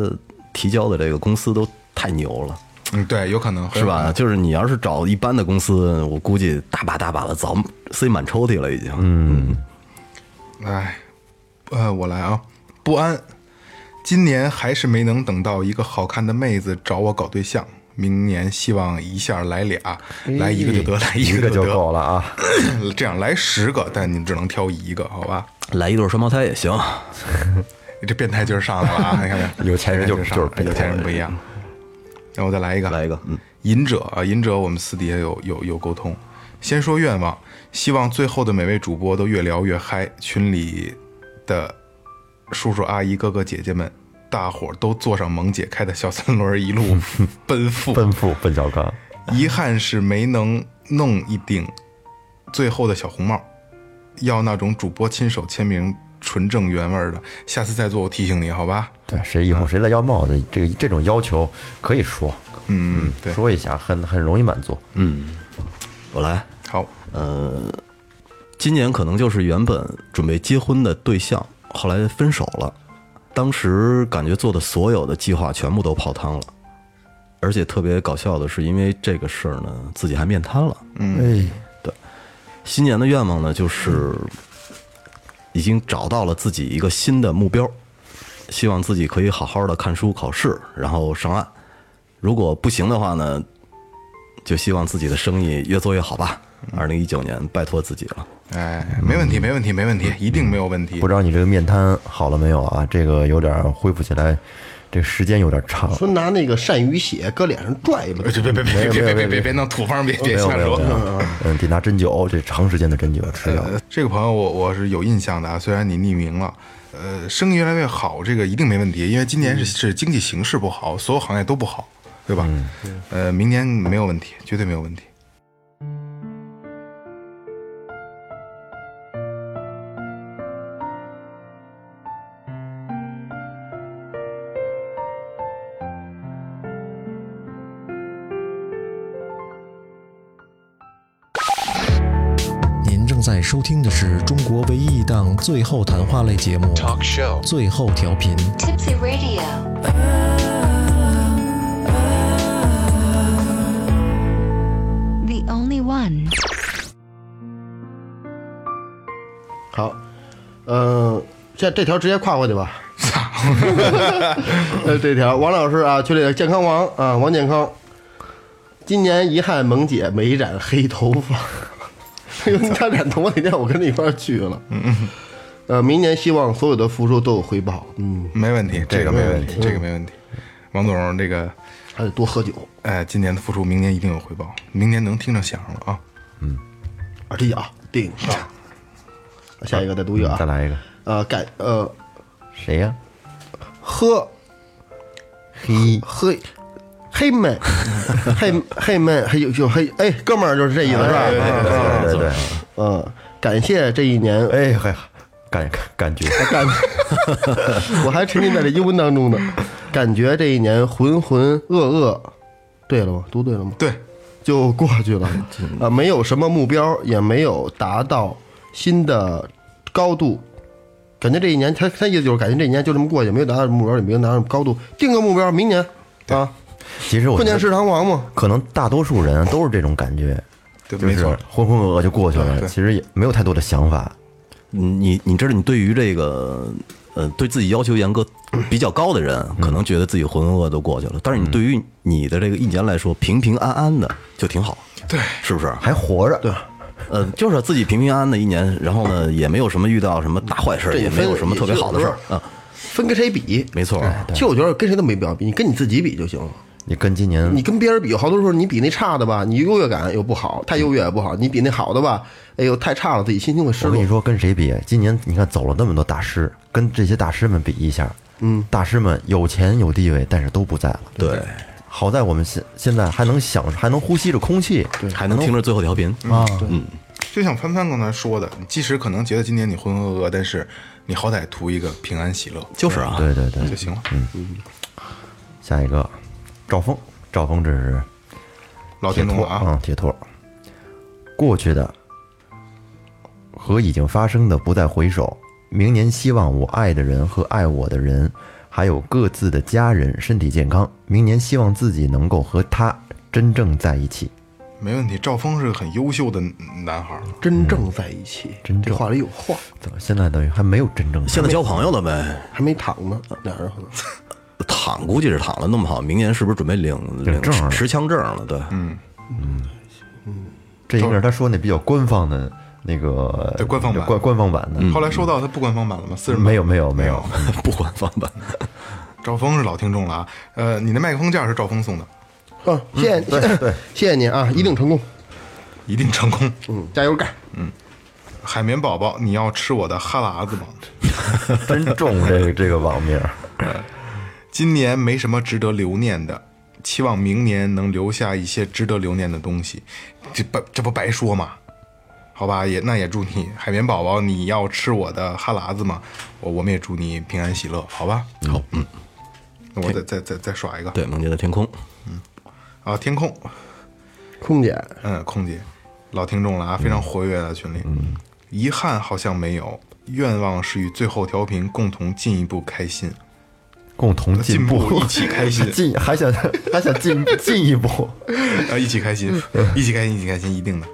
Speaker 4: 提交的这个公司都太牛了，
Speaker 3: 嗯，对，有可能
Speaker 4: 是？吧？就是你要是找一般的公司，我估计大把大把的早塞满抽屉了已经。嗯，
Speaker 3: 哎，呃，我来啊，不安，今年还是没能等到一个好看的妹子找我搞对象。明年希望一下来俩，来一个就得，来
Speaker 2: 哎一
Speaker 3: 个
Speaker 2: 个
Speaker 3: 就
Speaker 2: 就
Speaker 3: 得，
Speaker 2: 够了啊。
Speaker 3: 这样来十个，但你只能挑一个，好吧？
Speaker 4: 来一对双胞胎也行。
Speaker 3: 你这变态劲儿上来 了啊！你看看，
Speaker 2: 有钱人就
Speaker 3: 变态劲儿上来
Speaker 2: 就是不
Speaker 3: 了
Speaker 2: 一样
Speaker 3: 有钱人不一样。那我再来一个，
Speaker 4: 来一个嗯，
Speaker 3: 隐者啊，隐者，我们私底下有有有沟通。先说愿望，希望最后的每位主播都越聊越嗨，群里的叔叔阿姨、哥哥姐姐们，大伙儿都坐上萌姐开的小三轮儿 一路奔赴。
Speaker 2: 奔赴奔小康，
Speaker 3: 遗憾是没能弄一顶最后的小红帽，要那种主播亲手签名、纯正原味儿的。下次再做，我提醒你，好吧？
Speaker 2: 对，谁以后谁来要帽子，这个这种要求可以说
Speaker 3: 嗯，对，
Speaker 2: 说一下，很很容易满足。
Speaker 4: 我来。
Speaker 3: 好，
Speaker 4: 今年可能就是原本准备结婚的对象，后来分手了。当时感觉做的所有的计划全部都泡汤了，而且特别搞笑的是，因为这个事儿呢，自己还面瘫了。
Speaker 3: 嗯
Speaker 5: 哎，
Speaker 4: 新年的愿望呢，就是已经找到了自己一个新的目标，希望自己可以好好的看书、考试，然后上岸。如果不行的话呢，就希望自己的生意越做越好吧。二零一九年，拜托自己了。
Speaker 3: 哎，没问题，没问题，没问题，一定没有问题
Speaker 2: 嗯不。知道你这个面瘫好了没有啊？这个有点恢复起来，这时间有点长。
Speaker 5: 说拿那个鳝鱼血搁脸上拽一把
Speaker 3: 别， 别别别别别别别别弄土方，别
Speaker 2: 没
Speaker 3: 别
Speaker 2: 有
Speaker 3: 瞎
Speaker 2: 没有没
Speaker 3: 说。
Speaker 2: 有，嗯，得拿针灸，这长时间的针灸吃嗯药。
Speaker 3: 呃，这个朋友我我是有印象的啊，虽然你匿名了，呃，生意越来越好，这个一定没问题，因为
Speaker 2: 嗯
Speaker 3: 今年是是经济形势不好，所有行业都不好，对吧？
Speaker 2: 嗯
Speaker 3: 呃，明年没有问题，绝对没有问题。
Speaker 6: 您正在收听的是中国唯一一档最后谈话类节目《Talk Show》，最后调频。
Speaker 7: Tipsy Radio. The only one.
Speaker 5: 好，呃，这这条直接跨过去吧。 呃，这条王老师啊，群里的健康王啊，王健康，今年遗憾萌姐没染黑头发， 哎因为她染头发那天我跟着一块儿去了。嗯呃，明年希望所有的付出都有回报，嗯，
Speaker 3: 没问题，这个没问题，
Speaker 5: 这
Speaker 3: 这
Speaker 5: 个
Speaker 3: 个没问题。王总，这个，
Speaker 5: 还得多喝酒。
Speaker 3: 哎，今年的付出，明年一定有回报，明年能听着响了啊！
Speaker 5: 耳机啊，顶上。下一个再读一个啊，
Speaker 2: 嗯再来一个，
Speaker 5: 呃，感呃，
Speaker 2: 谁呀？
Speaker 5: 喝
Speaker 2: 嘿，
Speaker 5: 喝，嘿们， 嘿嘿们，还有就嘿哎，哥们儿就是这意思是
Speaker 2: 哎
Speaker 5: 吧？
Speaker 3: 哎
Speaker 2: 对对对，
Speaker 5: 嗯，感谢这一年，
Speaker 2: 哎嘿，感感觉
Speaker 3: 哎
Speaker 5: 感， 我还沉浸在这英文当中呢，感觉这一年浑浑噩噩，对了吗？读对了吗？
Speaker 3: 对，
Speaker 5: 就过去 了，啊，没有什么目标，也没有达到新的高度。感觉这一年，他他意思就是感觉这一年就这么过去，没有达到目标，也没有达到高度。定个目标，明年啊，
Speaker 2: 其实我
Speaker 5: 混
Speaker 2: 觉
Speaker 5: 进
Speaker 2: 得
Speaker 5: 食堂王嘛，
Speaker 2: 可能大多数人都是这种感觉，
Speaker 3: 对，
Speaker 2: 就
Speaker 3: 没
Speaker 2: 是
Speaker 3: 错，
Speaker 2: 浑浑噩噩就过去了，其实也没有太多的想法。
Speaker 4: 你你知道，你对于这个呃对自己要求严格比较高的人，
Speaker 2: 嗯
Speaker 4: 可能觉得自己浑浑噩噩都过去了，但是你对于你的这个一年来说，平平安安的就挺好，
Speaker 3: 对，
Speaker 4: 是不是？
Speaker 2: 还活着，对，
Speaker 4: 呃，就是自己平平安安的一年，然后呢，也没有什么遇到什么大坏事，
Speaker 5: 这
Speaker 4: 也
Speaker 5: 也
Speaker 4: 没有
Speaker 5: 分
Speaker 4: 什么特别好的事儿
Speaker 5: 也是
Speaker 4: 啊，
Speaker 5: 分跟谁比？
Speaker 4: 没错，
Speaker 5: 其实我觉得跟谁都没必要比，你跟你自己比就行了。
Speaker 2: 你跟今年
Speaker 5: 你跟别人比，有好多时候你比那差的吧，你优越感又不好，太优越也不好；你比那好的吧，哎呦太差了，自己心情会失
Speaker 2: 我跟
Speaker 5: 落
Speaker 2: 你。说，跟谁比？今年你看走了那么多大师，跟这些大师们比一下，嗯，大师们有钱有地位，但是都不在了。
Speaker 4: 对，
Speaker 2: 好在我们现现在还能享，还能呼吸着空气。对，
Speaker 4: 还能听着最后调频
Speaker 2: 啊，
Speaker 3: 就像潘潘刚才说的，你即使可能觉得今年你浑浑噩噩，但是你好歹图一个平安喜乐
Speaker 4: 就是啊，
Speaker 2: 对对对
Speaker 3: 就行了。
Speaker 2: 下一个，赵峰，赵峰这是
Speaker 3: 老
Speaker 2: 铁
Speaker 3: 电动
Speaker 2: 托
Speaker 3: 了啊，
Speaker 2: 嗯，铁托。过去的和已经发生的不再回首，明年希望我爱的人和爱我的人，还有各自的家人身体健康。明年希望自己能够和他真正在一起。
Speaker 3: 没问题。赵峰是个很优秀的男孩儿，
Speaker 5: 真
Speaker 4: 嗯
Speaker 5: 正在一起，
Speaker 2: 真
Speaker 5: 这
Speaker 2: 正
Speaker 5: 话里有话，
Speaker 2: 怎么现在等于还没有真正
Speaker 4: 现在交朋友了呗，
Speaker 5: 还没躺呢，啊俩人可能
Speaker 4: 躺估计是躺了，弄不好明年是不是准备领领
Speaker 2: 证了
Speaker 4: 持枪证了？对，
Speaker 2: 这应该是他说那比较官方的那个
Speaker 3: 对官方版嗯
Speaker 2: 官官方版的，
Speaker 3: 后来收到他不官方版了吗？私人版
Speaker 2: 嗯没有没有没
Speaker 3: 没
Speaker 2: 有
Speaker 3: 有。
Speaker 4: 不官方吧？
Speaker 3: 赵峰是老听众了啊，呃，你的麦克风架是赵峰送的，
Speaker 5: 嗯，谢谢，谢谢谢你啊，一定成功，
Speaker 3: 一定成功。
Speaker 5: 嗯，加油干，
Speaker 3: 海绵宝宝，你要吃我的哈喇子吗？
Speaker 2: 真中这个这个网名儿，
Speaker 3: 今年没什么值得留念的，期望明年能留下一些值得留念的东西。这不这不白说吗？好吧，也那也祝你海绵宝宝，你要吃我的哈喇子吗？我我们也祝你平安喜乐，好吧？
Speaker 4: 好，嗯，
Speaker 3: 那我再再再再耍一个
Speaker 4: 对，梦见的天空，
Speaker 3: 啊，天空，
Speaker 5: 空姐，
Speaker 3: 嗯，空姐，老听众了啊，非常活跃的群里。遗憾好像没有，愿望是与最后调频共同进一步开心，
Speaker 2: 共同进
Speaker 3: 进
Speaker 2: 步
Speaker 3: 步一起开心
Speaker 2: 进还想还想进进一步。
Speaker 3: 啊，一起开心，一起开心，一起开心，一定的。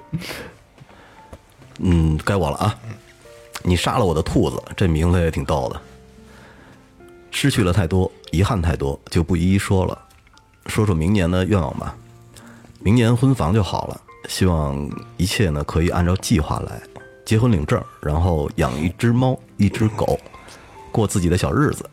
Speaker 4: 嗯，该我了啊！你杀了我的兔子，这名字也挺逗的。失去了太多，遗憾太多，就不一一说了。说说明年的愿望吧，明年婚房就好了，希望一切呢可以按照计划来，结婚领证，然后养一只猫，一只狗，过自己的小日子。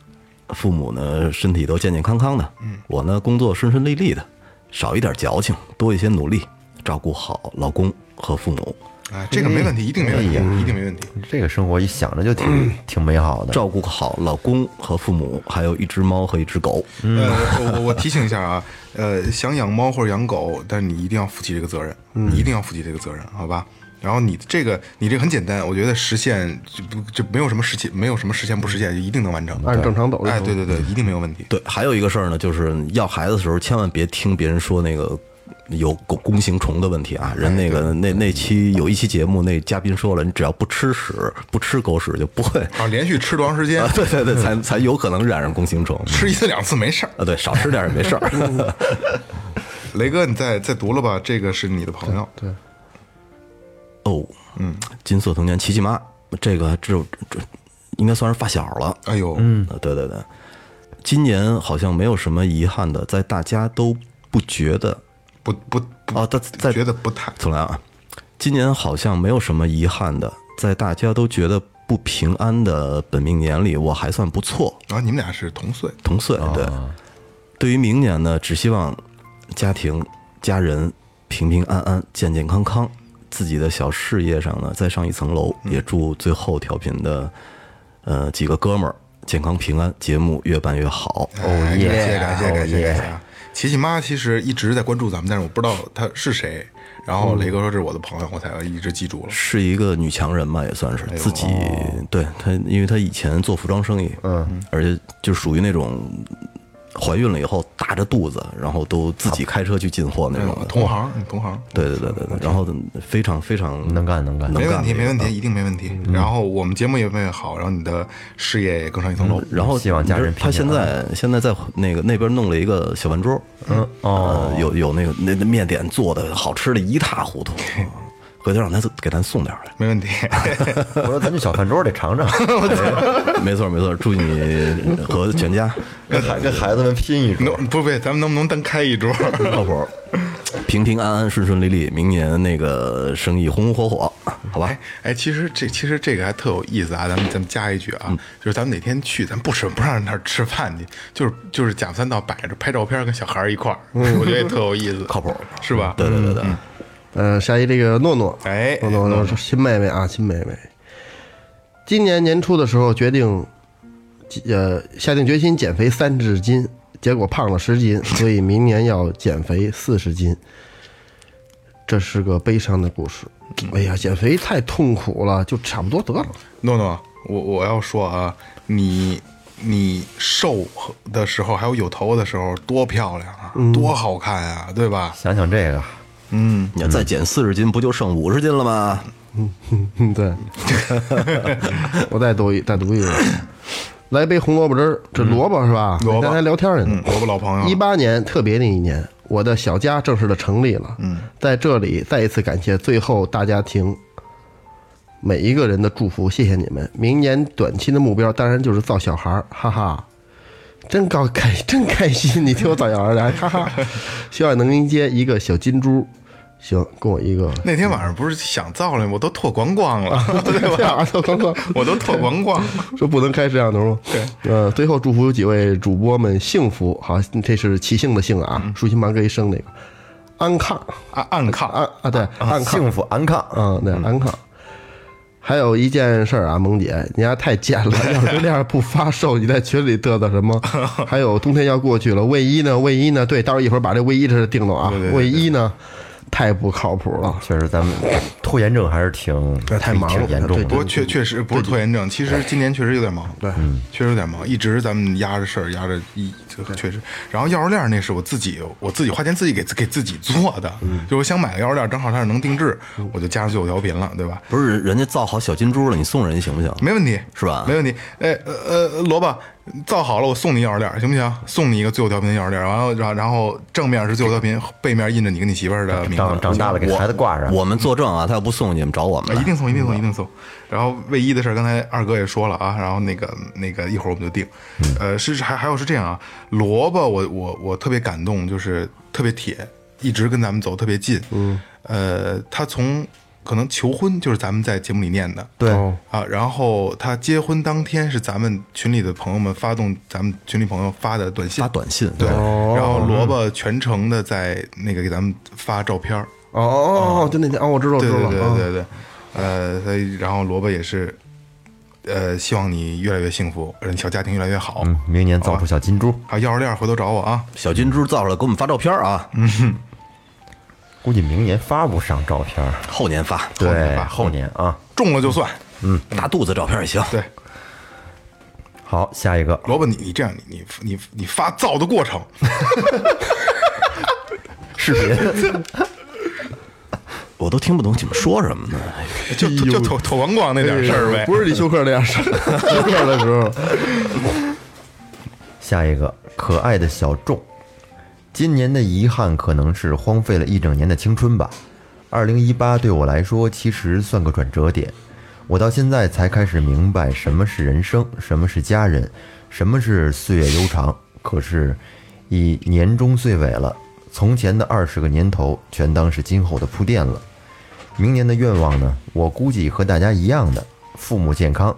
Speaker 4: 父母呢身体都健健康康的，我呢工作顺顺利利的，少一点矫情，多一些努力，照顾好老公和父母。
Speaker 3: 啊，这个没问题，一定没问
Speaker 5: 哎
Speaker 3: 题，一定没问题。
Speaker 2: 这个生活一想着就挺挺美好的。
Speaker 4: 照顾好老公和父母，还有一只猫和一只狗。
Speaker 5: 嗯
Speaker 3: 呃，我我我提醒一下啊，呃，想养猫或者养狗，但是你一定要负起这个责任，
Speaker 5: 嗯
Speaker 3: 你一定要负起这个责任，好吧？然后你这个，你这个很简单，我觉得实现这不这没有什么实现，没有什么实现不实现，一定能完成。
Speaker 5: 按正常走就
Speaker 3: 哎，
Speaker 5: 行嗯
Speaker 3: 对对对，一定没有问题。
Speaker 4: 对，还有一个事儿呢，就是要孩子的时候，千万别听别人说那个有弓弓形虫的问题啊。人那个那那期有一期节目，那嘉宾说了，你只要不吃屎，不吃狗屎，就不会。
Speaker 3: 啊，连续吃多长时间
Speaker 4: 啊，？对对对，才才有可能染上弓形虫。
Speaker 3: 吃一次两次没事儿。
Speaker 4: 啊，对，少吃点儿也没事儿。
Speaker 3: 雷哥，你再再读了吧，这个是你的朋友。对，
Speaker 4: 哦，嗯，金色童年琪琪妈，这个这这应该算是发小了。
Speaker 3: 哎呦，嗯，
Speaker 4: 呃对对对，今年好像没有什么遗憾的，在大家都不觉得
Speaker 3: 不不不
Speaker 4: 啊，在在
Speaker 3: 觉得不太
Speaker 4: 重来啊，今年好像没有什么遗憾的，在大家都觉得不平安的本命年里，我还算不错，
Speaker 3: 啊，你们俩是同岁，
Speaker 4: 同岁对。对于明年呢，只希望家庭、家人平平安安、健健康康，自己的小事业上呢再上一层楼。
Speaker 3: 嗯
Speaker 4: 也祝最后调频的呃几个哥们儿健康平安，节目越办越好。
Speaker 3: 哎，感谢感谢
Speaker 2: 哦
Speaker 3: 感谢
Speaker 2: 耶
Speaker 3: 感谢啊！琪琪妈其实一直在关注咱们，但是我不知道她是谁。然后雷哥说这是我的朋友，我才一直记住了。
Speaker 4: 嗯是一个女强人吧，也算
Speaker 2: 哎
Speaker 4: 是自己
Speaker 2: 哦
Speaker 4: 对她，因为她以前做服装生意，嗯，而且就属于那种怀孕了以后大着肚子，然后都自己开车去进货那种
Speaker 2: 哎
Speaker 3: 嗯
Speaker 4: 的，
Speaker 3: 同行，嗯同行，
Speaker 4: 对对对对对，然后非常非常
Speaker 2: 能干能 干，
Speaker 4: 能
Speaker 3: 没问
Speaker 4: 干嗯
Speaker 3: 题，
Speaker 4: 这个
Speaker 3: 没问题，一定没问题。然后我们节目也越好，然后你的事业也更上一层楼。
Speaker 4: 然后
Speaker 2: 希望家人
Speaker 4: 你知道他
Speaker 2: 平
Speaker 4: 现
Speaker 2: 平
Speaker 4: 在现在在那个那边弄了一个小饭桌，嗯
Speaker 2: 哦
Speaker 4: 有有那个那那面点做的好吃的一塌糊涂，回头让他给咱送点儿来。
Speaker 3: 没 问题。
Speaker 2: 我说咱去小饭桌里尝尝，
Speaker 4: 没错没错，祝你和全家
Speaker 2: 跟孩跟孩子们拼一桌。
Speaker 3: 能不不，咱们能不能单开一桌？
Speaker 4: 嗯靠谱，平平安安、顺顺利利，明年那个生意红红火火，好吧
Speaker 3: 哎？哎，其实这其实这个还特有意思啊，咱们咱们加一句
Speaker 4: 嗯
Speaker 3: 啊，就是咱们哪天去，咱不吃不让人那儿吃饭去，就是就是假三道摆着拍照片，跟小孩儿一块儿，我觉得也特有意思，
Speaker 4: 嗯靠谱，
Speaker 3: 是吧？
Speaker 4: 对对对
Speaker 3: 嗯
Speaker 4: 对，
Speaker 5: 呃，下一这个诺诺，
Speaker 3: 哎
Speaker 5: 诺诺诺新妹妹啊，新妹妹，今年年初的时候决定，呃，下定决心减肥三至斤，结果胖了十 斤，所以明年要减肥四十斤。这是个悲伤的故事。哎呀，减肥太痛苦了，就差不多得了。
Speaker 3: 诺诺，我我要说啊，你你瘦的时候，还有有头发的时候，多漂亮啊，
Speaker 5: 嗯
Speaker 3: 多好看啊，对吧？
Speaker 2: 想想这个，
Speaker 3: 嗯
Speaker 4: 你要再减四十斤，不就剩五十斤了吗？
Speaker 5: 嗯，对，我再读一再读一个，来杯红萝卜汁儿，这萝卜是吧？
Speaker 3: 嗯萝卜
Speaker 5: 刚才聊天儿呢，
Speaker 3: 嗯，萝卜老朋友，
Speaker 5: 一八年特别的一年，我的小家正式的成立了。嗯，在这里再一次感谢最后大家庭每一个人的祝福，谢谢你们。明年短期的目标当然就是造小孩儿，哈哈，真高开 真开心，你听我造小孩儿来， 哈哈，希望能迎接一个小金猪。行，跟我一个，
Speaker 3: 那天晚上不是想造了，我都脱光光了，对
Speaker 5: 对
Speaker 3: 吧？
Speaker 5: 啊，小刚刚
Speaker 3: 我都脱光光，
Speaker 5: 说不能开摄像头吗？对，呃，最后祝福几位主播们幸福。好，这是齐姓的姓啊，
Speaker 3: 嗯
Speaker 5: 竖心旁搁一生那个，安康，
Speaker 3: 暗暗
Speaker 5: 安
Speaker 3: 抗，
Speaker 5: 啊，对，安康，
Speaker 2: 幸福安康。
Speaker 5: 嗯，对，安康。还有一件事儿啊，萌姐，你丫太贱 了！要是这样不发售，你在群里嘚瑟什么？还有冬天要过去了，卫衣呢？卫衣呢？对，到时候一会儿把这卫衣这事定了啊。卫衣呢，太不靠谱了。
Speaker 2: 确实，咱们拖延症还是挺
Speaker 5: 太忙了
Speaker 2: 挺严重
Speaker 5: 对
Speaker 2: 的。
Speaker 3: 不过确确实不是拖延症，其实今年确实有点忙，对，确实有点忙，一直咱们压着事儿，压着一这确实。然后钥匙链儿那是我自己，我自己花钱自己给给自己做的，
Speaker 5: 嗯
Speaker 3: 就我想买个钥匙链儿，正好它是能定制，我就加上最后调频了，对吧？
Speaker 4: 不是人家造好小金猪了，你送人家行不行？
Speaker 3: 没问题，
Speaker 4: 是吧
Speaker 3: 没问题。哎，呃呃，萝卜造好了，我送你钥匙链儿，行不行？送你一个最后调频的钥匙链儿，然后然后然后正面是最后调频，背面印着你跟你媳妇儿的名
Speaker 2: 长
Speaker 3: 字，
Speaker 2: 长大了给孩子挂
Speaker 3: 嗯
Speaker 2: 上，
Speaker 4: 我们作证啊，他要不送你们找我们
Speaker 3: 啊一
Speaker 4: 来，
Speaker 3: 定送，一定送，一定送。然后卫衣的事儿，刚才二哥也说了啊，然后那个那个一会儿我们就定。
Speaker 4: 嗯
Speaker 3: 呃，是是还还有是这样啊，萝卜我我我特别感动，就是特别铁，一直跟咱们走特别近。嗯，呃，他从可能求婚就是咱们在节目里念的，
Speaker 2: 对，
Speaker 3: 啊，然后他结婚当天是咱们群里的朋友们发动咱们群里朋友发的短信
Speaker 4: 发，短信
Speaker 3: 对，然后萝卜全程的在那个给咱们发照片儿，
Speaker 5: 哦哦哦，就那天哦，我知道，我知
Speaker 3: 对
Speaker 5: 道
Speaker 3: 对
Speaker 5: 了。
Speaker 3: 嗯对
Speaker 5: 啊
Speaker 3: 对对，呃，所以然后萝卜也是，呃，希望你越来越幸福，呃，小家庭越来越好。
Speaker 2: 嗯，明年造出小金猪，
Speaker 3: 还有钥匙链儿，回头找我啊！
Speaker 4: 小金猪造出来给我们发照片啊，
Speaker 3: 嗯
Speaker 2: 估计明年发不上照片儿，
Speaker 4: 后年发，
Speaker 2: 对，后年啊。
Speaker 3: 中了就算。
Speaker 4: 大肚子照片也行。
Speaker 3: 对，
Speaker 2: 好，下一个，
Speaker 3: 萝卜，你你这样，你你你你发造的过程，
Speaker 2: 视频，
Speaker 4: 我都听不懂你们说什么呢。
Speaker 3: 就就妥妥光光那点事儿呗。
Speaker 5: 不是你休克那样事儿，休克的时候，
Speaker 2: 下一个，可爱的小众。今年的遗憾可能是荒废了一整年的青春吧。二零一八对我来说其实算个转折点，我到现在才开始明白什么是人生，什么是家人，什么是岁月悠长。可是，已年终岁尾了，从前的二十个年头全当是今后的铺垫了。明年的愿望呢，我估计和大家一样的，父母健康，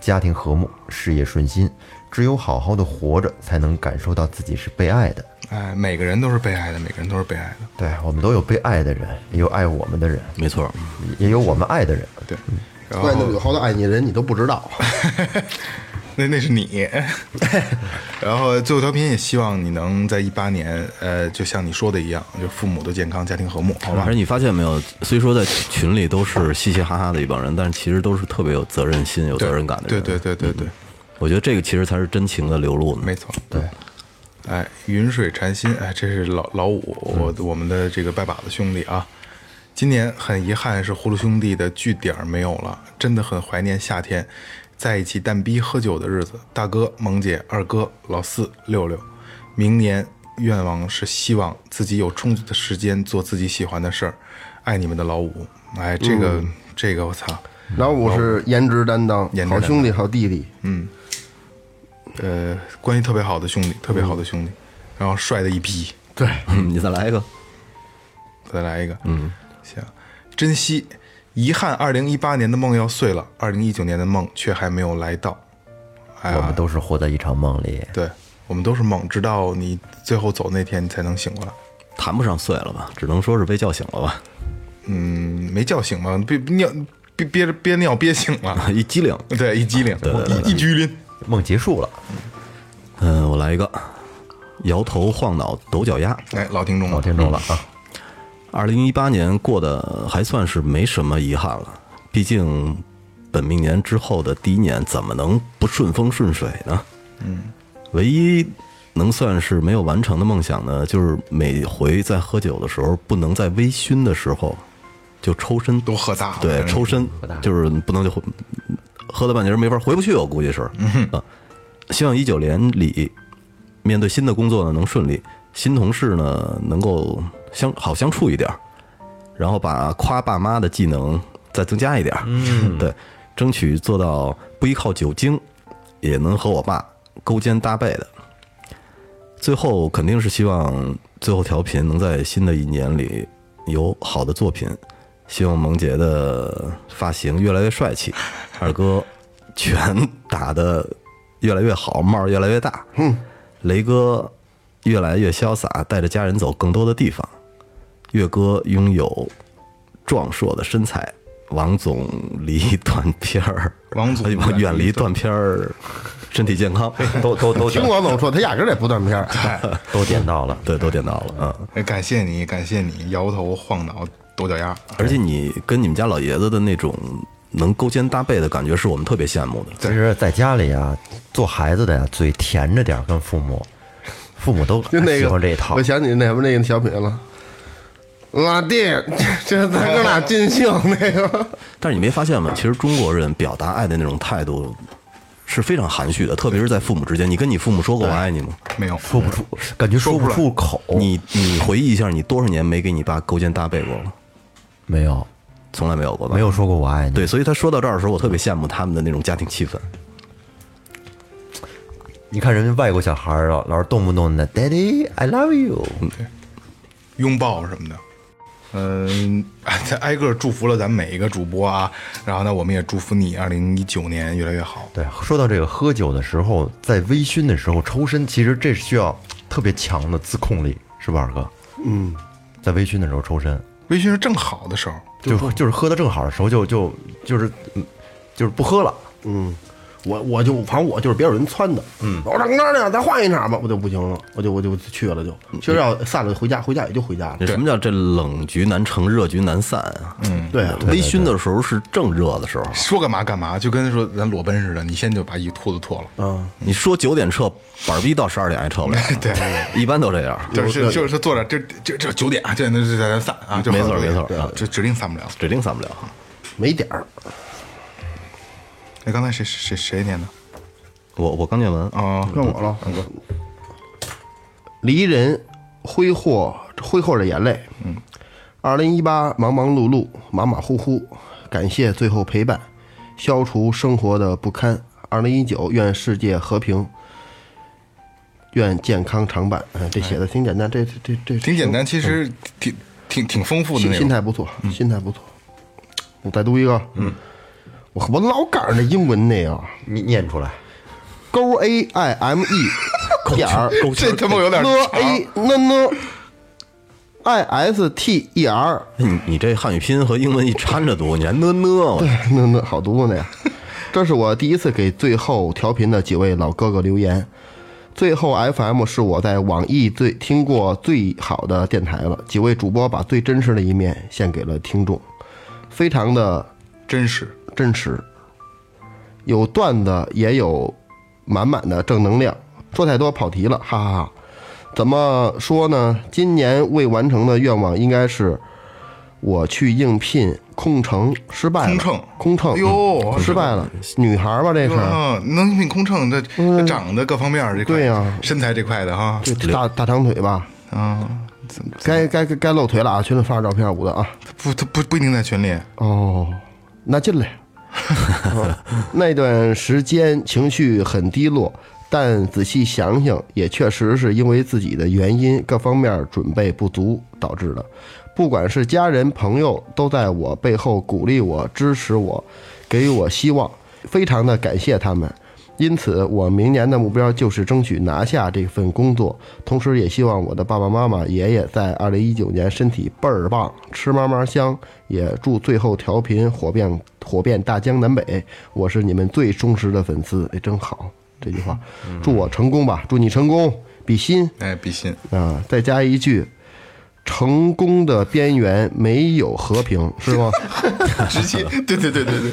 Speaker 2: 家庭和睦，事业顺心。只有好好的活着，才能感受到自己是被爱的。
Speaker 3: 哎，每个人都是被爱的，每个人都是被爱的。
Speaker 2: 对我们都有被爱的人，也有爱我们的人，
Speaker 4: 没错，
Speaker 2: 也有我们爱的人。
Speaker 3: 对，然
Speaker 5: 怪那
Speaker 3: 后
Speaker 5: 有好多爱你的人你都不知道。
Speaker 3: 那那是你。 然后最后调频也希望你能在一八年，呃，就像你说的一样，就父母都健康，家庭和睦，好吧
Speaker 4: 而？你发现没有？虽说在群里都是嘻嘻哈哈的一帮人，但是其实都是特别有责任心、有责任感的
Speaker 3: 对
Speaker 4: 人。
Speaker 3: 对对对对，
Speaker 4: 我觉得这个其实才是真情的流露呢。
Speaker 3: 没错。对，哎，云水禅心，哎，这是老老五，我我们的这个拜把子兄弟啊。今年很遗憾是葫芦兄弟的据点没有了，真的很怀念夏天在一起蛋逼喝酒的日子。大哥、萌姐、二哥、老四、六六，明年愿望是希望自己有充足的时间做自己喜欢的事儿。爱你们的老五，哎，这个这个我操，
Speaker 5: 老五是颜值担当，
Speaker 3: 颜值担
Speaker 5: 好
Speaker 3: 当
Speaker 5: 兄弟，好弟弟，
Speaker 3: 呃，关系特别好的兄弟，特别好的兄弟，然后帅的一逼，
Speaker 5: 对，
Speaker 4: 嗯 你再来一个，
Speaker 3: 再来一个，嗯，行，珍惜，遗憾，二零一八年的梦要碎了，二零一九年的梦却还没有来到，哎呀
Speaker 2: 我们都是活在一场梦里。
Speaker 3: 对，我们都是梦，直到你最后走那天，你才能醒过来。
Speaker 4: 谈不上碎了吧，只能说是被叫醒了吧，
Speaker 3: 嗯，没叫醒嘛，憋尿憋憋着憋尿憋醒了，
Speaker 4: 一激灵。
Speaker 3: 对，一激灵，一一激灵，
Speaker 2: 梦结束了，
Speaker 4: 嗯、我来一个，摇头晃脑抖脚丫。
Speaker 3: 哎，老听众了，
Speaker 2: 老听众了啊，
Speaker 4: 二零一八年过得还算是没什么遗憾了，毕竟本命年之后的第一年怎么能不顺风顺水呢？嗯，唯一能算是没有完成的梦想呢，就是每回在喝酒的时候，不能在微醺的时候就抽身
Speaker 3: 都喝大了，
Speaker 4: 对，抽身就是不能就回喝了半截儿没法回不去，我估计是。啊，希望一九年里面对新的工作呢能顺利，新同事呢能够相好相处一点儿，然后把夸爸妈的技能再增加一点儿。嗯， 对，争取做到不依靠酒精，也能和我爸勾肩搭背的。最后肯定是希望最后调频能在新的一年里有好的作品，希望萌姐的发型越来越 帅气，二哥拳打得越来越好，帽儿越来越大，嗯，雷哥越来越潇洒，带着家人走更多的地方，岳哥拥有壮硕的身材，王总离断片 儿，
Speaker 3: 王总
Speaker 4: 哎远离断片儿，身体健康，
Speaker 2: 都都 都
Speaker 5: 听
Speaker 2: 点
Speaker 5: 王总说他压根儿也不断片儿，
Speaker 2: 都点到了，
Speaker 4: 对，都点到了，嗯。
Speaker 3: 哎感谢你，感谢你，摇头晃脑抖脚丫，
Speaker 4: 而且你跟你们家老爷子的那种能勾肩搭背的感觉，是我们特别羡慕的。
Speaker 2: 其实，在家里啊，做孩子的呀，嘴甜着点儿，跟父母，父母都
Speaker 5: 就那
Speaker 2: 喜欢
Speaker 5: 个
Speaker 2: 这一套
Speaker 5: 我。想起那什么那个小品了。老弟，这咱哥俩尽兴那个，
Speaker 4: 但是你没发现吗？其实中国人表达爱的那种态度是非常含蓄的，特别是在父母之间。你跟你父母说过我爱你吗？
Speaker 3: 没有，
Speaker 2: 说不出，感觉哎说不出口。
Speaker 4: 你你回忆一下，你多少年没给你爸勾肩搭背过了？
Speaker 2: 没有，
Speaker 4: 从来没有过吧？
Speaker 2: 没有。说过我爱你。
Speaker 4: 对，所以他说到这儿的时候，我特别羡慕他们的那种家庭气氛。
Speaker 2: 你看人家外国小孩儿啊，老是动不动的 “Daddy, I love you”，
Speaker 3: 拥抱什么的。嗯，再 挨个祝福了咱们每一个主播啊，然后呢，我们也祝福你二零一九年越来越好。
Speaker 2: 对，说到这个喝酒的时候，在微醺的时候抽身，其实这是需要特别强的自控力，是吧，二哥？
Speaker 5: 嗯，
Speaker 2: 在微醺的时候抽身，
Speaker 3: 微醺是正好的时候，
Speaker 2: 就喝就是喝的正好的时候就，就就是嗯就是不喝了。
Speaker 5: 嗯，我我就反正我就是别有人撺的，嗯，我唱歌呢，咱换一场吧，我就不行了，我就我就去了就，其实要散了回家，回家也就回家了，
Speaker 4: 什么叫这冷局难成，热局难散啊？
Speaker 2: 嗯
Speaker 5: 对啊，
Speaker 4: 微醺的时候是正热的时候。啊
Speaker 3: 说干嘛干嘛，就跟说咱裸奔似的，你先就把衣脱子脱了。
Speaker 4: 你说九点撤，板儿逼到十二点还撤不了。
Speaker 3: 对，
Speaker 4: 一般都这样。
Speaker 3: 就是就是坐着，这这这九点啊，这那这咱散啊，就
Speaker 4: 没错
Speaker 3: 好多
Speaker 4: 没错
Speaker 3: 点
Speaker 4: 啊
Speaker 3: 就指定散不了。
Speaker 4: 指定散不了。
Speaker 5: 没点儿，
Speaker 3: 哎，刚才谁谁谁念的？
Speaker 4: 我我刚念完，啊
Speaker 3: 哦，
Speaker 5: 问我了，离人挥霍挥霍着眼泪，嗯，二零一八忙忙碌碌，马马虎虎，感谢最后陪伴，消除生活的不堪。二零一九，愿世界和平，愿健康常伴。哎，这写的挺简单，这这这这
Speaker 3: 挺简单，其实挺挺挺丰富的
Speaker 5: 心
Speaker 3: 那
Speaker 5: 心
Speaker 3: 种。
Speaker 5: 态不错，心态不错。我再读一个，嗯，我我老赶上这英文那个
Speaker 2: 你念出来，
Speaker 5: 勾 a i m e 点 儿
Speaker 3: 这他妈有点
Speaker 5: 呢
Speaker 3: 长
Speaker 5: a 呢呢 i s t e r
Speaker 4: 哎你你这汉语拼音和英文一掺着读，你还呢啊呢？我
Speaker 5: 那那好读呢呀！这是我第一次给最后调频的几位老哥哥留言。最后 FM 是我在网易最听过最好的电台了，几位主播把最真实的一面献给了听众，非常的
Speaker 3: 真实，
Speaker 5: 真实，有段子也有满满的正能量。说太多跑题了，哈哈哈。怎么说呢？今年未完成的愿望应该是我去应聘空乘，失败了。
Speaker 3: 空乘
Speaker 5: 空乘，
Speaker 3: 哎呦
Speaker 5: 嗯失败了。女孩儿吧，这是
Speaker 3: 嗯，能品空乘这这长得各方面这块，
Speaker 5: 对呀
Speaker 3: 身材这块的哈，
Speaker 5: 这大大长腿吧？
Speaker 3: 嗯，
Speaker 5: 该该该该露腿了啊！群里发照片捂的啊。
Speaker 3: 不，他不不一定在群里。
Speaker 5: 哦，那进来。 那段时间情绪很低落，但仔细想想，也确实是因为自己的原因，各方面准备不足导致的。不管是家人、朋友，都在我背后鼓励我、支持我，给予我希望，非常的感谢他们。因此，我明年的目标就是争取拿下这份工作，同时也希望我的爸爸妈妈、爷爷在二零一九年身体倍儿棒，吃嘛嘛香。也祝最后调频火遍火遍大江南北，我是你们最忠实的粉丝，哎，真好这句话，祝我成功吧，祝你成功，比心
Speaker 3: 哎，比心，
Speaker 5: 啊！再加一句，成功的边缘没有和平，是吗？
Speaker 3: 直接，对对对对对，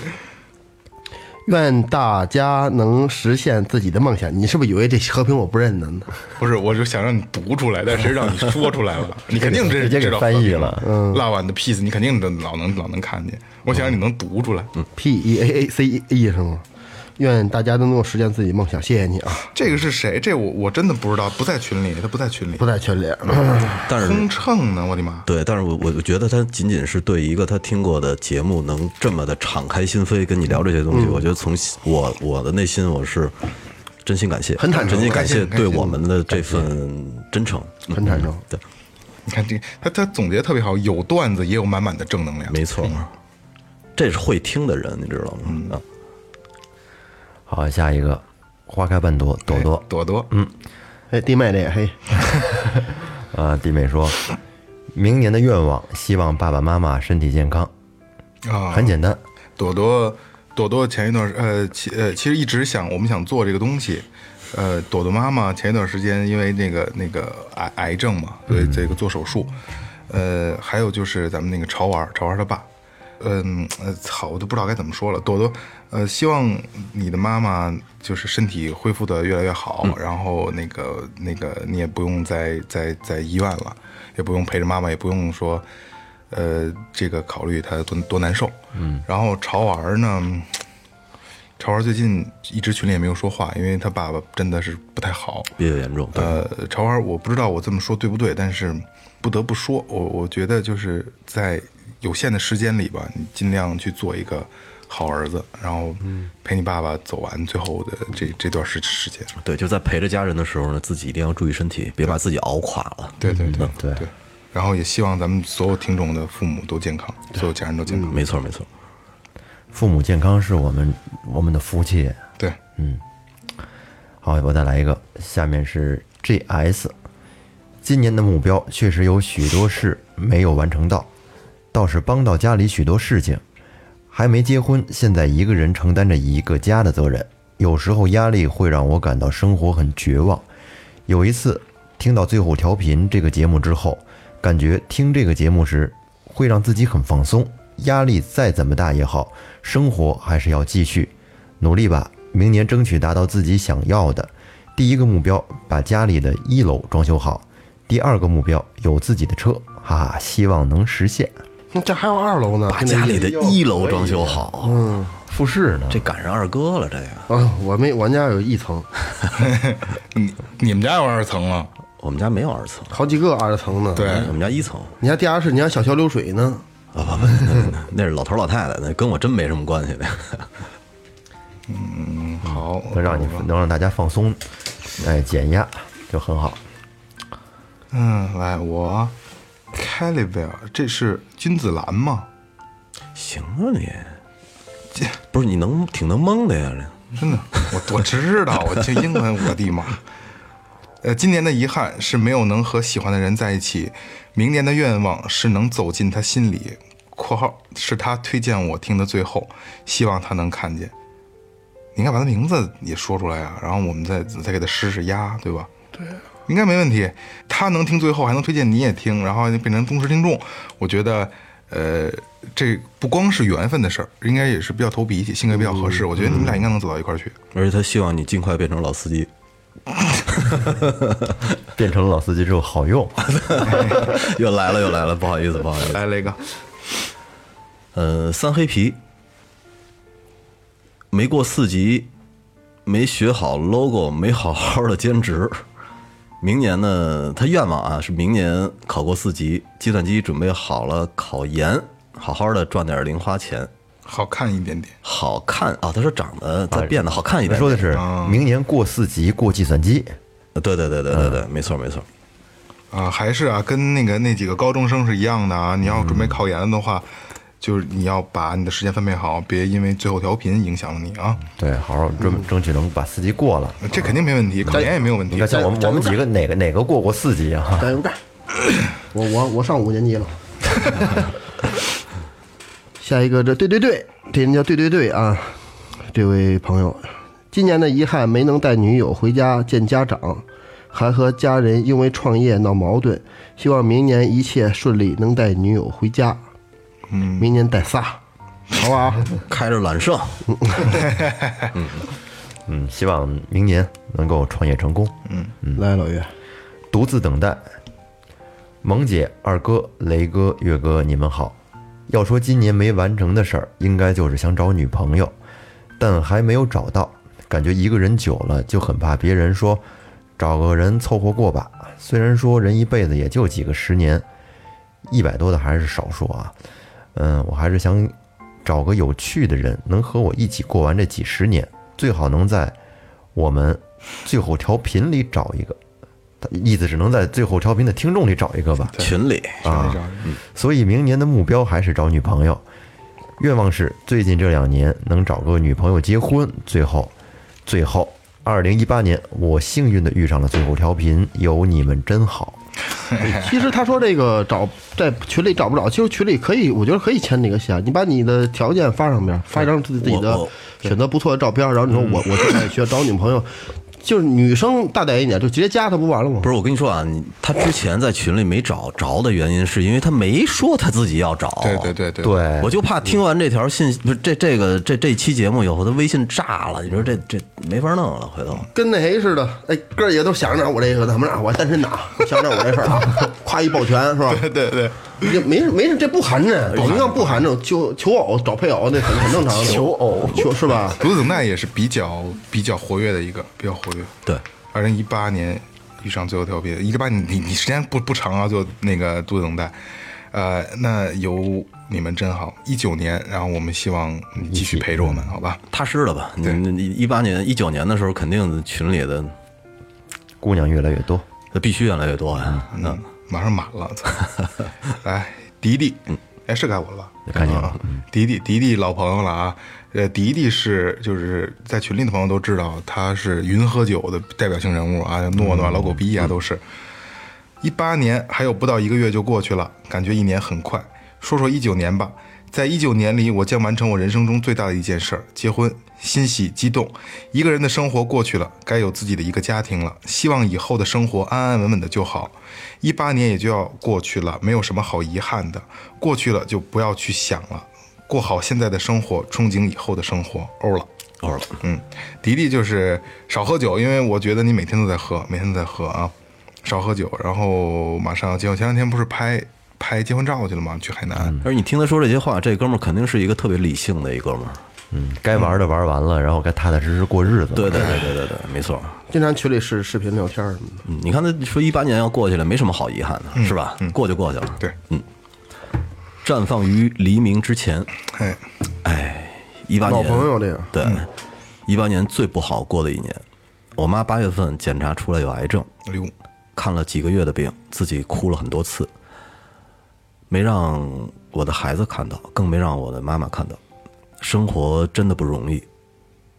Speaker 5: 愿大家能实现自己的梦想。你是不是以为这和平我不认得呢？
Speaker 3: 不是，我就想让你读出来，但谁让你说出来了？你肯定
Speaker 2: 直
Speaker 3: 真
Speaker 2: 接
Speaker 3: 哎知
Speaker 2: 给
Speaker 3: 道
Speaker 2: 翻译了。
Speaker 3: 蜡晚的 piece，你肯定都老能老能看见。我想让你能读出来，
Speaker 5: P E A A C E E 是吗？愿大家都能够实现自己梦想，谢谢你啊！
Speaker 3: 这个是谁？这我我真的不知道，不在群里，他不在群里
Speaker 5: 不。在群里，
Speaker 4: 但是
Speaker 3: 空
Speaker 5: 嗯
Speaker 3: 乘呢？我的妈！
Speaker 4: 对，但是我我我觉得他仅仅是对一个他听过的节目能这么的敞开心扉跟你聊这些
Speaker 5: 嗯
Speaker 4: 东西，我觉得从心我我的内心我是真心感谢，
Speaker 5: 很坦诚
Speaker 4: 真心感谢
Speaker 3: 很开心
Speaker 4: 对我们的这份真诚，嗯
Speaker 5: 很坦诚。
Speaker 4: 对，
Speaker 3: 你看这他他总结得特别好，有段子也有满满的正能量。
Speaker 4: 没错，
Speaker 5: 嗯
Speaker 4: 这是会听的人，你知道吗？啊，
Speaker 2: 好，下一个，花开半朵，朵朵。
Speaker 3: 朵朵，嗯，
Speaker 5: 哎，弟妹这个嘿，
Speaker 2: 啊，弟妹说，明年的愿望，希望爸爸妈妈身体健康，
Speaker 3: 啊，
Speaker 2: 很简单。
Speaker 3: 朵朵，朵朵前一段时呃，其呃，其实一直想我们想做这个东西，呃，朵朵妈妈前一段时间因为那个那个癌癌症嘛，所以这个做手术，呃，还有就是咱们那个潮玩儿，潮玩儿他爸，嗯呃，操，我都不知道该怎么说了。朵朵，呃，希望你的妈妈就是身体恢复的越来越好，然后那个那个你也不用再再在医院了，也不用陪着妈妈，也不用说，呃，这个考虑她多多难受。嗯，然后潮玩儿呢，嗯潮玩儿最近一直群里也没有说话，因为他爸爸真的是不太好。
Speaker 4: 比较严重。对，
Speaker 3: 呃，潮儿，我不知道我这么说对不对，但是不得不说，我我觉得就是在有限的时间里吧，你尽量去做一个好儿子，然后陪你爸爸走完最后的这这段时时间。
Speaker 4: 对，就在陪着家人的时候呢，自己一定要注意身体，别把自己熬垮了。
Speaker 3: 对对
Speaker 2: 对
Speaker 3: 对嗯对。然后也希望咱们所有听众的父母都健康，所有家人都健康。
Speaker 4: 嗯没错，没错。
Speaker 2: 父母健康是我们我们的福气。
Speaker 3: 对，嗯
Speaker 2: 好，我再来一个，下面是 GS。今年的目标确实有许多事没有完成到，倒是帮到家里许多事情。还没结婚，现在一个人承担着一个家的责任，有时候压力会让我感到生活很绝望。有一次听到《最后调频》这个节目之后，感觉听这个节目时会让自己很放松，压力再怎么大也好，生活还是要继续，努力吧，明年争取达到自己想要的。第一个目标，把家里的一楼装修好；第二个目标，有自己的车，哈哈，希望能实现。
Speaker 5: 那这还有二楼呢，
Speaker 4: 把家里的一楼装修好，
Speaker 2: 复试呢？
Speaker 4: 这赶上二哥了，这个。
Speaker 5: 啊，我没，我家有一层，
Speaker 3: 你你们家有二层啊了？
Speaker 4: 我们家没有二层，
Speaker 5: 好几个二层呢。
Speaker 3: 对，
Speaker 4: 我们家一层。
Speaker 5: 你家地下室，你家小桥流水呢？
Speaker 4: 啊不不，那那 那是老头老太太，那跟我真没什么关系 的。
Speaker 3: 好，
Speaker 2: 能让你能让大家放松，哎，减压就很好。
Speaker 3: 嗯，来我 c a l i b e r 这是君子兰吗？
Speaker 4: 行啊你，
Speaker 3: 这
Speaker 4: 不是你能挺能蒙的呀？这
Speaker 3: 真的，我我知道，我这英文，我的妈！ 呃，今年的遗憾是没有能和喜欢的人在一起，明年的愿望是能走进他心里（括号是他推荐我听的最后），希望他能看见。你应该把他名字也说出来啊，然后我们再再给他施施压，对吧？对，应该没问题。他能听最后，还能推荐你也听，然后变成忠实听众，我觉得，呃，这不光是缘分的事儿，应该也是比较投脾气，性格比较合适。我觉得你们俩应该能走到一块儿去。
Speaker 4: 而且他希望你尽快变成老司 机，
Speaker 2: 变成老司机之后好用，
Speaker 4: 又来了又来了，不好意思不好意思。
Speaker 3: 来哎雷哥，
Speaker 4: 呃，三黑皮，没过四级，没学好 logo，没好好的兼职，明年呢，他愿望啊是明年考过四级，计算机准备好了，考研，好好的赚点零花钱，
Speaker 3: 好看一点点。
Speaker 4: 好看啊、他说长得再变得好看一
Speaker 2: 他啊
Speaker 4: 点。
Speaker 2: 说的是明年过四级过计算机，
Speaker 4: 呃，对对对对对对，没错没错。
Speaker 3: 啊，还是啊，跟那个那几个高中生是一样的啊。你要准备考研的话，就是你要把你的时间分配好，别因为最后调频影响了你啊。
Speaker 2: 对，好好争争取能把四级过了。
Speaker 3: 这肯定没问题，考研也没有问
Speaker 2: 你
Speaker 3: 题
Speaker 2: 看，。像我们我们几个哪个哪个过过四级啊？
Speaker 5: 敢勇敢！ 我我我上五年级了。 下一个，这对对对，这人叫对对对啊，这位朋友，今年的遗憾没能带女友回家见家长，还和家人因为创业闹矛盾，希望明年一切顺利，能带女友回家。嗯，明年带仨，好啊不好？
Speaker 4: 开着揽胜，
Speaker 2: 嗯，希望明年能够创业成功。
Speaker 5: 来，老岳，
Speaker 2: 独自等待。萌姐、二哥、雷哥、月哥，你们好。要说今年没完成的事儿，应该就是想找女朋友，但还没有找到。感觉一个人久了，就很怕别人说找个人凑合过吧。虽然说人一辈子也就几个十年，一百多的还是少数啊。嗯，我还是想找个有趣的人，能和我一起过完这几十年，最好能在我们最后调频里找一个。他意思只能在最后调频的听众里找一个吧。
Speaker 4: 群里
Speaker 3: 啊，
Speaker 2: 所以明年的目标还是找女朋友，愿望是最近这两年能找个女朋友结婚。最后，最后，二零一八年我幸运的遇上了最后调频，有你们真好。
Speaker 5: 其实他说这个找在群里找不着，其实群里可以，我觉得可以签这个协，你把你的条件发上面，发一张自己自己的
Speaker 4: 我嗯
Speaker 5: 选择不错的照片，然后你说我我现在需要找女朋友，就是女生大胆一点，就直接加他不完了吗？
Speaker 4: 不是我跟你说啊，你他之前在群里没找着的原因，是因为他没说他自己要找。
Speaker 3: 对对对对
Speaker 2: 对，
Speaker 4: 我就怕听完这条信息，不是这这个这这期节目以后，他微信炸了，你说这这没法弄了，回头
Speaker 5: 跟那谁似的，哎，哥儿几个都想着我这个怎么着，我单身党，想着我这事儿啊， 夸一抱拳是吧？
Speaker 3: 对对对，
Speaker 5: 也没事没事，这不寒碜，
Speaker 4: 哎
Speaker 5: 保证不寒碜，求求偶找配偶那很很 正常的，求偶求是吧？
Speaker 3: 独自等待也是比较比较活跃的一个，比较活跃。
Speaker 4: 对，
Speaker 3: 二零一八年遇上最后调频，一八年你你时间不不长啊，就那个独自等待。呃，那有你们真好。一九年，然后我们希望你继续陪着我
Speaker 2: 嗯
Speaker 3: 们，好吧？
Speaker 4: 踏实了吧？你
Speaker 3: 对
Speaker 4: 你一八年一九年的时候，肯定群里的
Speaker 2: 姑娘越来越多。
Speaker 4: 那必须越来越多啊呀。
Speaker 3: 嗯，马上满了， 操！来，迪迪，哎，是该我了吧？
Speaker 2: 嗯该你了嗯
Speaker 3: 啊，迪迪，迪迪老朋友了啊。呃，迪迪是就是在群里的朋友都知道，他是云喝酒的代表性人物啊，诺
Speaker 2: 嗯
Speaker 3: 诺、老狗逼啊都是。一八年还有不到一个月就过去了，感觉一年很快。说说一九年吧，在一九年里，我将完成我人生中最大的一件事儿——结婚，欣喜激动。一个人的生活过去了，该有自己的一个家庭了。希望以后的生活安安稳稳的就好。一八年也就要过去了，没有什么好遗憾的，过去了就不要去想了，过好现在的生活，憧憬以后的生活。欧了。
Speaker 4: 偶尔
Speaker 3: 嗯，迪迪就是少喝酒，因为我觉得你每天都在喝，每天都在喝啊，少喝酒。然后马上结婚，前两天不是拍拍结婚照去了吗？去海
Speaker 2: 嗯
Speaker 3: 南，
Speaker 4: 而你听他说这些话，这哥们儿肯定是一个特别理性的一哥们儿。
Speaker 2: 嗯，该玩的玩完了，然后该踏踏实实过日子。
Speaker 4: 对对对对对对，没错。
Speaker 5: 经常群里视视频聊天什么的。
Speaker 4: 嗯，你看他说一八年要过去了，没什么好遗憾的，是吧？过就过去了。嗯
Speaker 3: 对，
Speaker 4: 绽放于黎明之前，
Speaker 3: 哎，
Speaker 4: 一八
Speaker 5: 老
Speaker 4: 年
Speaker 5: 朋友这个
Speaker 4: 对，一八年最不好过的一年，我妈八月份检查出来有癌症，
Speaker 3: 哎呦，
Speaker 4: 看了几个月的病，自己哭了很多次，没让我的孩子看到，更没让我的妈妈看到。生活真的不容易，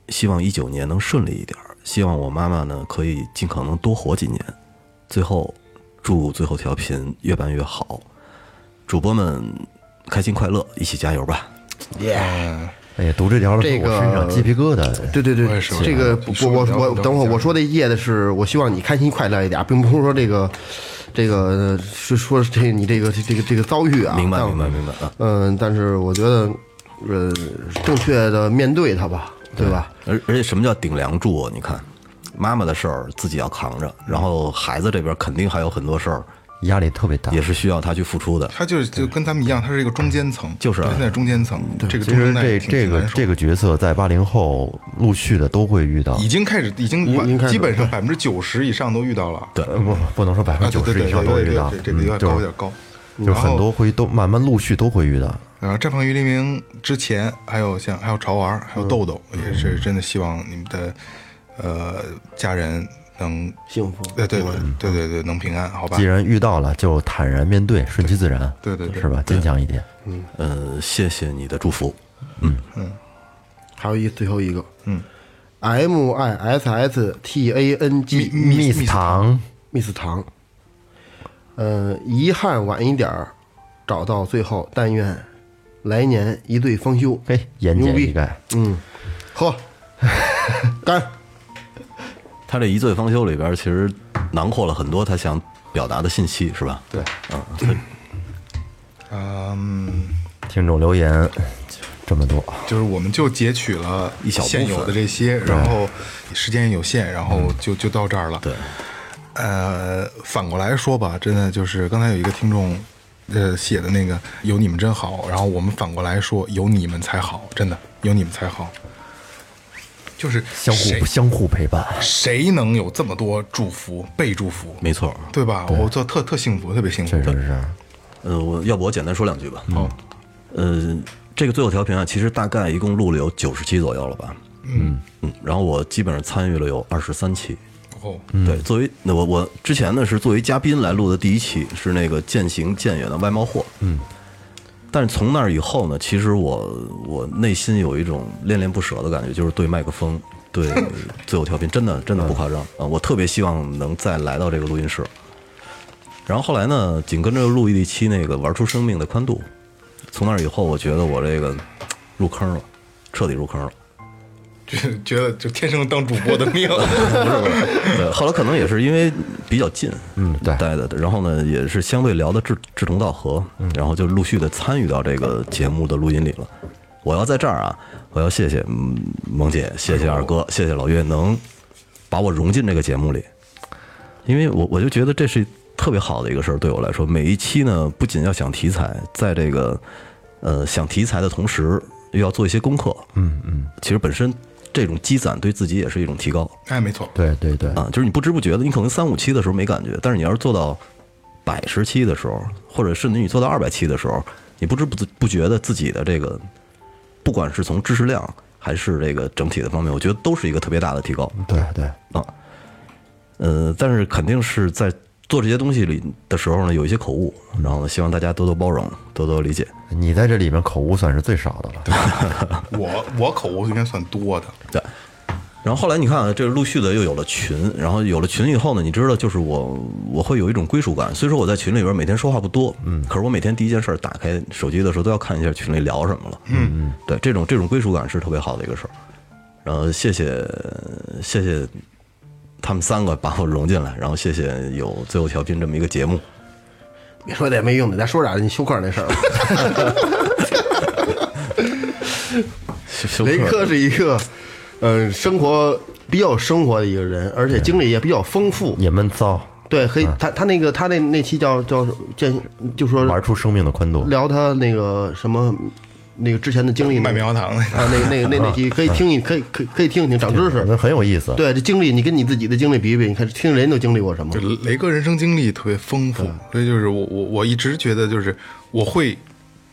Speaker 4: 希望一九年能顺利一点儿，希望我妈妈呢可以尽可能多活几年。最后，祝最后调频越办越好，主播们开心快乐，一起加油吧！
Speaker 3: 嗯
Speaker 2: 哎呀，读这条的时
Speaker 5: 这
Speaker 2: 候
Speaker 5: 个
Speaker 2: 我身上鸡皮疙瘩。
Speaker 5: 对对
Speaker 3: 我
Speaker 5: 对
Speaker 3: 也是，
Speaker 5: 这个
Speaker 3: 我也是你说
Speaker 5: 我我
Speaker 3: 你
Speaker 5: 我
Speaker 3: 聊
Speaker 5: 等会儿
Speaker 3: 你讲
Speaker 5: 我说的一页的是，我希望你开心快乐一点，并不是说这个这个呃是说这你这个这个这个遭遇啊。
Speaker 4: 明白，
Speaker 5: 但
Speaker 4: 明白，。明白啊！
Speaker 5: 嗯，但是我觉得，呃，正确的面对它吧，对吧？
Speaker 4: 而而且什么叫顶梁柱啊？你看，妈妈的事儿自己要扛着，然后孩子这边肯定还有很多事儿
Speaker 2: 压力特别大。
Speaker 4: 也是需要他去付出的。
Speaker 3: 他就是就跟他们一样，他是一个中间层，
Speaker 4: 就是啊
Speaker 3: 他现在中间层，这个
Speaker 2: 其
Speaker 3: 中
Speaker 2: 实
Speaker 3: 间
Speaker 2: 这
Speaker 3: 带挺
Speaker 2: 这个
Speaker 3: 难受
Speaker 2: 这个角色在八零后陆续的都会遇到，
Speaker 3: 已经开始，已经
Speaker 5: 已经开始
Speaker 3: 基本上百分之九十以上都遇到了，对，
Speaker 2: 呃，不不能说百分
Speaker 3: 啊
Speaker 2: 之九
Speaker 3: 对对
Speaker 2: 十
Speaker 3: 对
Speaker 2: 以上
Speaker 3: 对
Speaker 2: 都会
Speaker 3: 对
Speaker 2: 遇到，
Speaker 3: 对，这个
Speaker 2: 嗯
Speaker 3: 有点
Speaker 2: 就
Speaker 3: 高，有
Speaker 2: 是
Speaker 3: 点高。
Speaker 2: 就是
Speaker 3: 然后
Speaker 2: 很多会都慢慢陆续都会遇到。
Speaker 3: 然后《战啊况与黎明》之前，还有像还有潮玩，还有豆豆，也是真的希望你们的呃家人能，呃
Speaker 5: 幸福。
Speaker 3: 对对对对对对，能平安，好吧
Speaker 2: 既？然遇到了，就坦然面对，顺其自然，
Speaker 3: 对对对
Speaker 2: 是吧？坚强一点。
Speaker 4: 呃，谢谢你的祝福。
Speaker 5: 还有一最后一个，
Speaker 3: 嗯
Speaker 5: ，M I S S T A N G
Speaker 2: Miss 唐，
Speaker 5: Miss 唐，呃，遗憾晚一点儿找到最后，但愿来年一对方休。
Speaker 2: 嘿，言
Speaker 5: 牛
Speaker 2: 简
Speaker 5: 逼
Speaker 2: 意赅。
Speaker 5: 嗯，喝， 干，
Speaker 4: 他这一醉方休里边，其实囊括了很多他想表达的信息，是吧？对，
Speaker 3: 嗯，
Speaker 2: 听众留言这么多，
Speaker 3: 就是我们就截取了
Speaker 4: 一小部分
Speaker 3: 现有的这些，然后时间也有限，然后就就到这儿了。
Speaker 4: 对，
Speaker 3: 呃，反过来说吧，真的就是刚才有一个听众，呃，写的那个“有你们真好”，然后我们反过来说“有你们才好”，真的有你们才好，就是
Speaker 2: 相
Speaker 3: 谁
Speaker 2: 互相互陪伴。
Speaker 3: 谁能有这么多祝福被祝福，
Speaker 4: 没错。
Speaker 3: 对吧？我就特特幸福，特别幸福
Speaker 2: 确。实是，
Speaker 4: 呃，我要不我简单说两句吧。好，呃，这个最后调频啊，其实大概一共录了有九十期左右了吧。嗯嗯，然后我基本上参与了有二十三期。
Speaker 3: 哦，
Speaker 4: 对，作为那我我之前呢是作为嘉宾来录的第一期，是那个渐行渐远的外贸货。嗯，但是从那儿以后呢，其实我我内心有一种恋恋不舍的感觉，就是对麦克风，对最后调频，真的真的不夸张啊、我特别希望能再来到这个录音室。然后后来呢，紧跟着又录一期那个玩出生命的宽度，从那儿以后，我觉得我这个入坑了，彻底入坑了。
Speaker 3: 就觉得就天生当主播的命。
Speaker 4: 不是不是，对，后来可能也是因为比较近，嗯，
Speaker 2: 对
Speaker 4: 待的，然后呢，也是相对聊的志志同道合，然后就陆续的参与到这个节目的录音里了。我要在这儿啊，我要谢谢嗯萌姐，谢谢二哥，谢谢老岳，能把我融进这个节目里，因为我我就觉得这是特别好的一个事儿，对我来说，每一期呢，不仅要想题材，在这个呃想题材的同时，又要做一些功课，嗯嗯，其实本身这种积攒对自己也是一种提高，
Speaker 3: 哎，没错，
Speaker 2: 对对对，
Speaker 4: 啊，就是你不知不觉的，你可能三五期的时候没感觉，但是你要是做到百十期的时候，或者甚至你做到二百期的时候，你不知不不觉的自己的这个，不管是从知识量还是这个整体的方面，我觉得都是一个特别大的提高
Speaker 2: 对对，
Speaker 4: 啊。呃，但是肯定是在做这些东西里的时候呢，有一些口误，然后呢，希望大家多多包容，多多理解。
Speaker 2: 你在这里面口误算是最少的了。
Speaker 3: 我我口误应该算多的。
Speaker 4: 对。然后后来你看啊，这个陆续的又有了群，然后有了群以后呢，你知道，就是我我会有一种归属感。虽说我在群里边每天说话不多，嗯，可是我每天第一件事儿打开手机的时候都要看一下群里聊什么了，嗯嗯，对，这种这种归属感是特别好的一个事儿。然后谢谢谢谢他们三个把我融进来，然后谢谢有最后调频这么一个节目，
Speaker 5: 别说这没用的，咱说点你休克 那事儿吧。
Speaker 4: 休休
Speaker 5: 雷
Speaker 4: 克
Speaker 5: 克是一个，呃，生活比较有生活的一个人，而且经历也比较丰富。
Speaker 2: 也嗯闷骚，
Speaker 5: 对，可以，他他那个他那那期叫叫见，就说
Speaker 2: 玩出生命的宽度。
Speaker 5: 聊他那个什么那个之前的经历，
Speaker 3: 卖棉花糖那个
Speaker 5: 啊，那个那个那那期可以听一，可以可以可以听一听，长知识。
Speaker 2: 那很有意思。
Speaker 5: 对，这经历你跟你自己的经历比一比，你看听人都经历过什么
Speaker 3: 就？雷雷哥人生经历特别丰富，所以就是我我我一直觉得就是我会，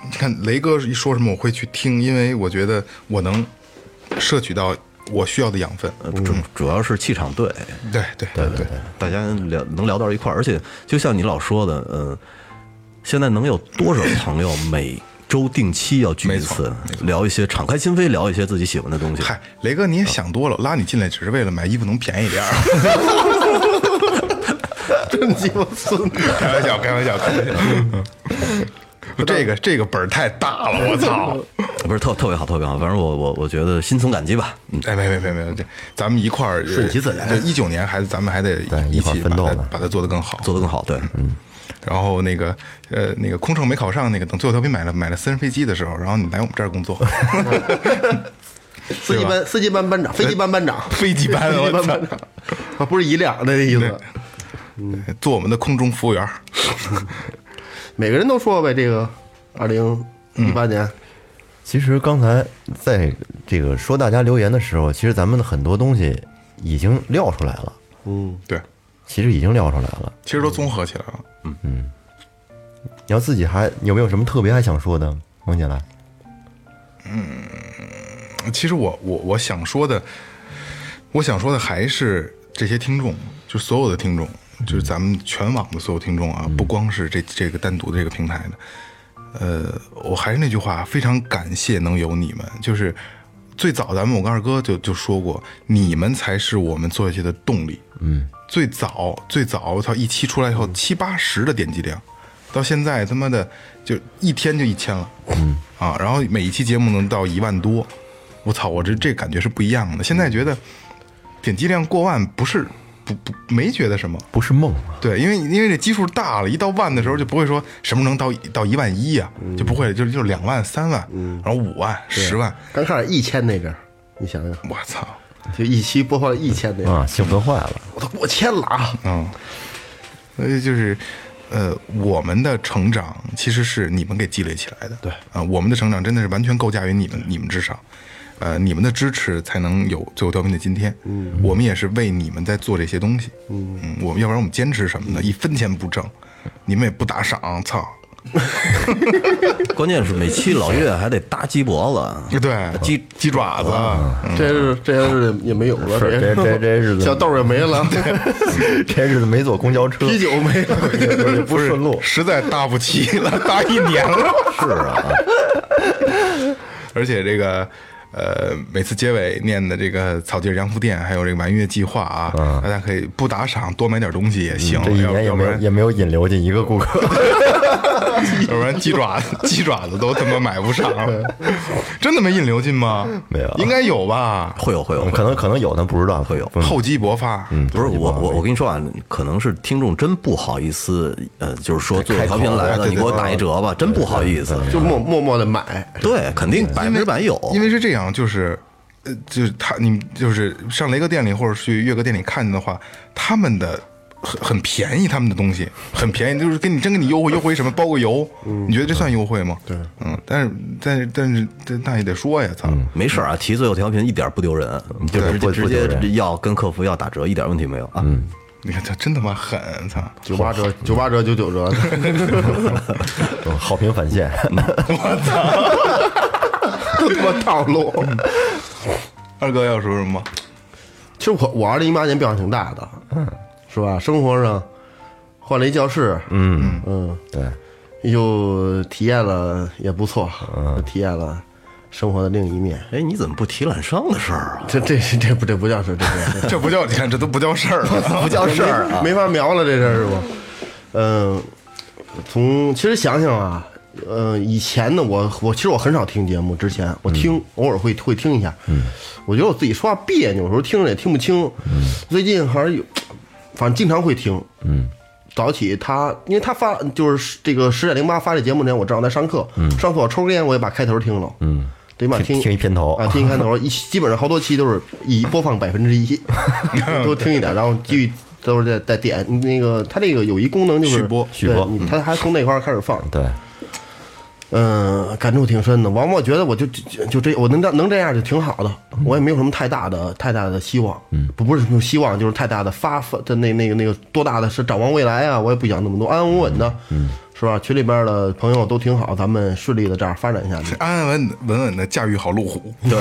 Speaker 3: 你看雷哥一说什么我会去听，因为我觉得我能摄取到我需要的养分。嗯
Speaker 4: 呃主主要是气场对，
Speaker 3: 对对对对，
Speaker 4: 大家聊能聊到一块儿，而且就像你老说的，呃，现在能有多少朋友每周定期要聚一次，聊一些敞开心扉，聊一些自己喜欢的东西？
Speaker 3: 嗨，雷哥你也想多了，拉你进来只是为了买衣服能便宜点儿。
Speaker 5: 真鸡巴孙子！
Speaker 3: 开玩笑，开玩笑，开玩笑。嗯这个这个本儿太大了，我操！
Speaker 4: 不是特特别好，特别好，反正我我我觉得心存感激吧。嗯，
Speaker 3: 哎，没没没没，这咱们一块儿顺
Speaker 5: 其自然
Speaker 3: 对，一九年还是咱们还得
Speaker 2: 对
Speaker 3: 一
Speaker 2: 一块儿
Speaker 3: 起把
Speaker 2: 奋斗
Speaker 3: 它
Speaker 2: 呢
Speaker 3: 把它做得更好。
Speaker 4: 做得更好，对，嗯，
Speaker 3: 然后那个呃，那个空乘没考上，那个等最后调频买了买了私人飞机的时候，然后你来我们这儿工作，
Speaker 5: 司机班司机班班长，飞机班班 长，
Speaker 3: 飞机班，
Speaker 5: 飞
Speaker 3: 我
Speaker 5: 机班
Speaker 3: 操
Speaker 5: 班，长，啊，不是一辆的那意思。
Speaker 3: 做我们的空中服务员儿，
Speaker 5: 每个人都说呗，这个二零一八年，
Speaker 2: 其实刚才在这个说大家留言的时候，其实咱们的很多东西已经撂出来了，
Speaker 5: 嗯，
Speaker 3: 对，
Speaker 2: 其实已经撂出来了。
Speaker 3: 其实都综合起来了。
Speaker 2: 你要自己还有没有什么特别还想说的，王姐来？
Speaker 3: 其实我我我想说的，我想说的还是这些听众，就所有的听众，就是咱们全网的所有听众啊，不光是这这个单独的这个平台的。呃，我还是那句话，非常感谢能有你们，就是最早咱们我跟二哥就就说过，你们才是我们做下去的动力。嗯，最早最早，我操，一期出来以后七八十的点击量，到现在他妈的就一天就一千了，嗯啊，然后每一期节目能到一万多，我操，我这这感觉是不一样的。现在觉得点击量过万不是不不没觉得什么，
Speaker 2: 不是梦啊，
Speaker 3: 对，因为因为这基数大了，一到万的时候就不会说什么能到到一万一呀、啊就不会就就两万、三万，然后五万、十万，
Speaker 5: 刚开始一千那阵儿，你想想，
Speaker 3: 我操，
Speaker 5: 就一期播放一千那阵儿，
Speaker 2: 啊，兴奋坏了。
Speaker 5: 我都过千了啊！
Speaker 3: 嗯，所以就是，呃，我们的成长其实是你们给积累起来的，对啊、我们的成长真的是完全构架于你们你们之上，呃，你们的支持才能有最后调频的今天，嗯，我们也是为你们在做这些东西，嗯，我们要不然我们坚持什么呢？一分钱不挣，你们也不打赏，操，
Speaker 4: 关键是每期老岳还得搭鸡脖
Speaker 5: 嗯
Speaker 4: 子，
Speaker 3: 对，
Speaker 5: 啊
Speaker 3: 嗯
Speaker 4: 鸡
Speaker 3: 鸡爪子，
Speaker 5: 这日这些日子也没有了，
Speaker 2: 是这这这日子
Speaker 5: 小豆儿也没 了，
Speaker 2: 这日子没坐公交 车，
Speaker 5: 啤酒没 了，
Speaker 2: 不顺 路。
Speaker 3: 实在搭不起了，搭一年了。是啊，而且这个。呃，每次结尾念的这个草地儿洋服店，还有这个玩乐计划啊，大家可以不打赏多买点东西也行，
Speaker 2: 这一
Speaker 3: 要
Speaker 2: 年也
Speaker 3: 要不
Speaker 2: 没有
Speaker 3: 然
Speaker 2: 也没有引流进一个顾客，
Speaker 3: 要不然鸡爪子鸡爪子都他妈买不上， 真的没引流进吗？
Speaker 2: 没有
Speaker 3: 应该有吧？
Speaker 4: 会有会有，
Speaker 2: 可能可能有，但不知道会
Speaker 4: 有
Speaker 3: 厚积薄发，嗯，
Speaker 4: 不是我我我跟你说啊，可能是听众真不好意思，呃，就是说最后调频
Speaker 3: 啊
Speaker 4: 来了，你给我打一折吧，真不好意思。
Speaker 5: 就默默默的买，
Speaker 4: 对，肯定百分之百有，
Speaker 3: 因为是这样，就是，呃，就是他，你就是上雷哥店里或者去乐哥店里看见的话，他们的很很便宜，他们的东西很便宜，就是给你真给你优惠优惠什么，包个油，
Speaker 4: 嗯
Speaker 3: 你觉得这算优惠吗？对，嗯，但是但是但是这那也得说呀，操，
Speaker 4: 没事儿啊，提最后调频一点不丢人，你就直
Speaker 2: 嗯不
Speaker 4: 接
Speaker 2: 不
Speaker 4: 直
Speaker 2: 丢人
Speaker 4: 接要跟客服要打折，一点问题没有啊。嗯，
Speaker 3: 你看他真他妈狠，操，
Speaker 5: 九八折、九八折、九九折，
Speaker 2: 嗯好评返现。
Speaker 5: 都他妈 套路。
Speaker 3: 二哥要说什么吗？
Speaker 5: 其实我我二零一八年变化挺大的，嗯，是吧？生活上换了一教室，
Speaker 2: 嗯，
Speaker 5: 嗯，
Speaker 2: 对，
Speaker 5: 又体验了也不错，嗯，体验了生活的另一面。
Speaker 4: 哎，你怎么不提揽商的事儿啊？
Speaker 5: 这这这不这不叫事，这不
Speaker 3: 这不叫你看，这都不叫事儿了。
Speaker 4: 不叫事儿啊，
Speaker 5: 没法描了，这事儿是吧？嗯，从其实想想啊，呃，以前呢，我我其实我很少听节目，之前我听、偶尔会会听一下，嗯，我觉得我自己说话别扭，有时候听着也听不清，最近好像有，反正经常会听，嗯。早起他，因为他发就是这个十点零八发这节目之前，我正好在上课，上课我抽根烟，我也把开头听了，嗯，得把
Speaker 2: 听
Speaker 5: 听
Speaker 2: 听一片头
Speaker 5: 啊，听一开头，一基本上好多期都是以播放百分之一，多听一点，然后继续都是在在点那个，它这个有一功能就是
Speaker 3: 续播
Speaker 5: 对
Speaker 2: 续播
Speaker 5: 你它还从那块儿开始放，
Speaker 2: 对，
Speaker 5: 嗯，感触挺深的。往往觉得我就就就这，我能这能这样就挺好的，我也没有什么太大的太大的希望，嗯，不不是什么希望，就是太大的发发的那那个那个多大的是展望未来啊，我也不想那么多，安安稳稳的，嗯，是吧？群里边的朋友都挺好，咱们顺利的这样发展下去。
Speaker 3: 安安稳稳稳的驾驭好路虎，
Speaker 4: 对，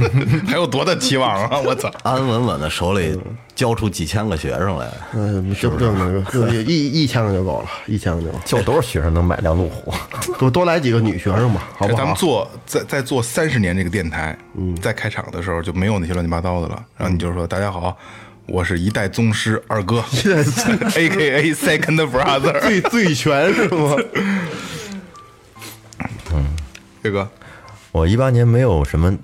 Speaker 3: 还有多大期望啊！我操，
Speaker 4: 安安稳稳的手里
Speaker 2: 嗯
Speaker 4: 教出几千个学生来，
Speaker 5: 嗯，就就那个，就一一千个就够了，一千个就够了，
Speaker 2: 就多少学生能买辆路虎？
Speaker 5: 多多来几个女学生吧，好不
Speaker 3: 咱们
Speaker 5: 好？
Speaker 3: 做再再做三十年这个电台，嗯，在开场的时候就没有那些乱七八糟的了。然后你就说：“大家好，我是一代宗师二哥，A K A Second Brother
Speaker 5: 最最全是 吗？
Speaker 3: 岳哥。
Speaker 2: 我一八年没有什么，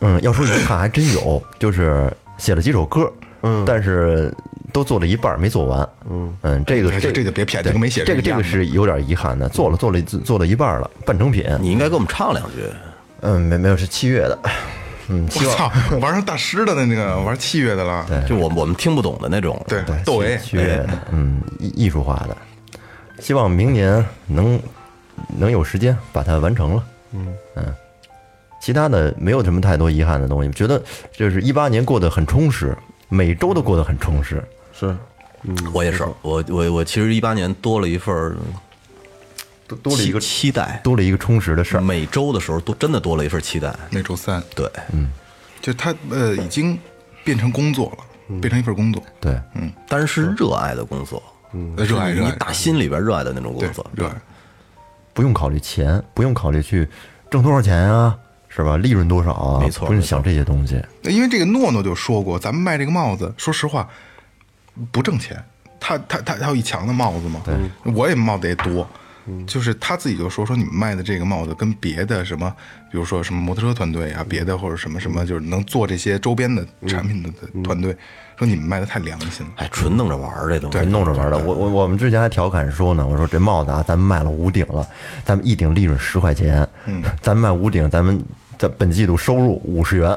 Speaker 2: 嗯，要说遗憾还真有，就是写了几首歌，嗯，但是都做了一半儿没做完，嗯这个
Speaker 3: 哎这这就别撇这个没写
Speaker 2: 这个
Speaker 3: 是一
Speaker 2: 这
Speaker 3: 样
Speaker 2: 个
Speaker 3: 的
Speaker 2: 是有点遗憾的，做了做了做了一半儿了，半成品，
Speaker 4: 你应该给我们唱两句。
Speaker 2: 嗯，没没有是七月的，嗯，”
Speaker 3: 我
Speaker 2: 希望
Speaker 3: 操，玩上大师的那个玩器乐的了，
Speaker 4: 就我我们听不懂的那种。哎
Speaker 3: 对，窦唯
Speaker 2: 七月的，嗯，艺艺术化的，希望明年能能有时间把它完成了。嗯其他的没有什么太多遗憾的东西，觉得就是一八年过得很充实，每周都过得很充实。
Speaker 5: 是
Speaker 4: 我也是，我我我其实一八年多了一份儿
Speaker 2: 多多了 一个
Speaker 4: 期期待，
Speaker 2: 多了一个充实的事儿。
Speaker 4: 每周的时候都真的多了一份期待。
Speaker 3: 每周三，
Speaker 4: 对，
Speaker 2: 嗯
Speaker 3: 就他呃已经变成工作了，变成一份工作，呃
Speaker 2: 对，
Speaker 4: 但是是热爱的工作，
Speaker 3: 热爱
Speaker 4: 你
Speaker 3: 热
Speaker 4: 你
Speaker 3: 爱
Speaker 4: 打心里边热爱的那种
Speaker 3: 对
Speaker 4: 工作。
Speaker 3: 热爱，
Speaker 2: 不用考虑钱，不用考虑去挣多少钱啊，是吧？利润多少啊？
Speaker 4: 没错
Speaker 2: 不用想这些东西。
Speaker 3: 因为这个诺诺就说过，咱们卖这个帽子，说实话不挣钱。他他他他有一墙的帽子嘛，我也帽子也多，就是他自己就说说你们卖的这个帽子跟别的什么，比如说什么摩托车团队啊，别的或者什么什么，就是能做这些周边的产品的的团队，说你们卖的太良心了。
Speaker 4: 哎，纯弄着玩儿这东西，
Speaker 2: 弄着玩的，我我我们之前还调侃说呢，我说这帽子啊，咱们卖了五顶了，咱们一顶利润十块钱，嗯， 咱们卖五顶，咱们在本季度收入五十元，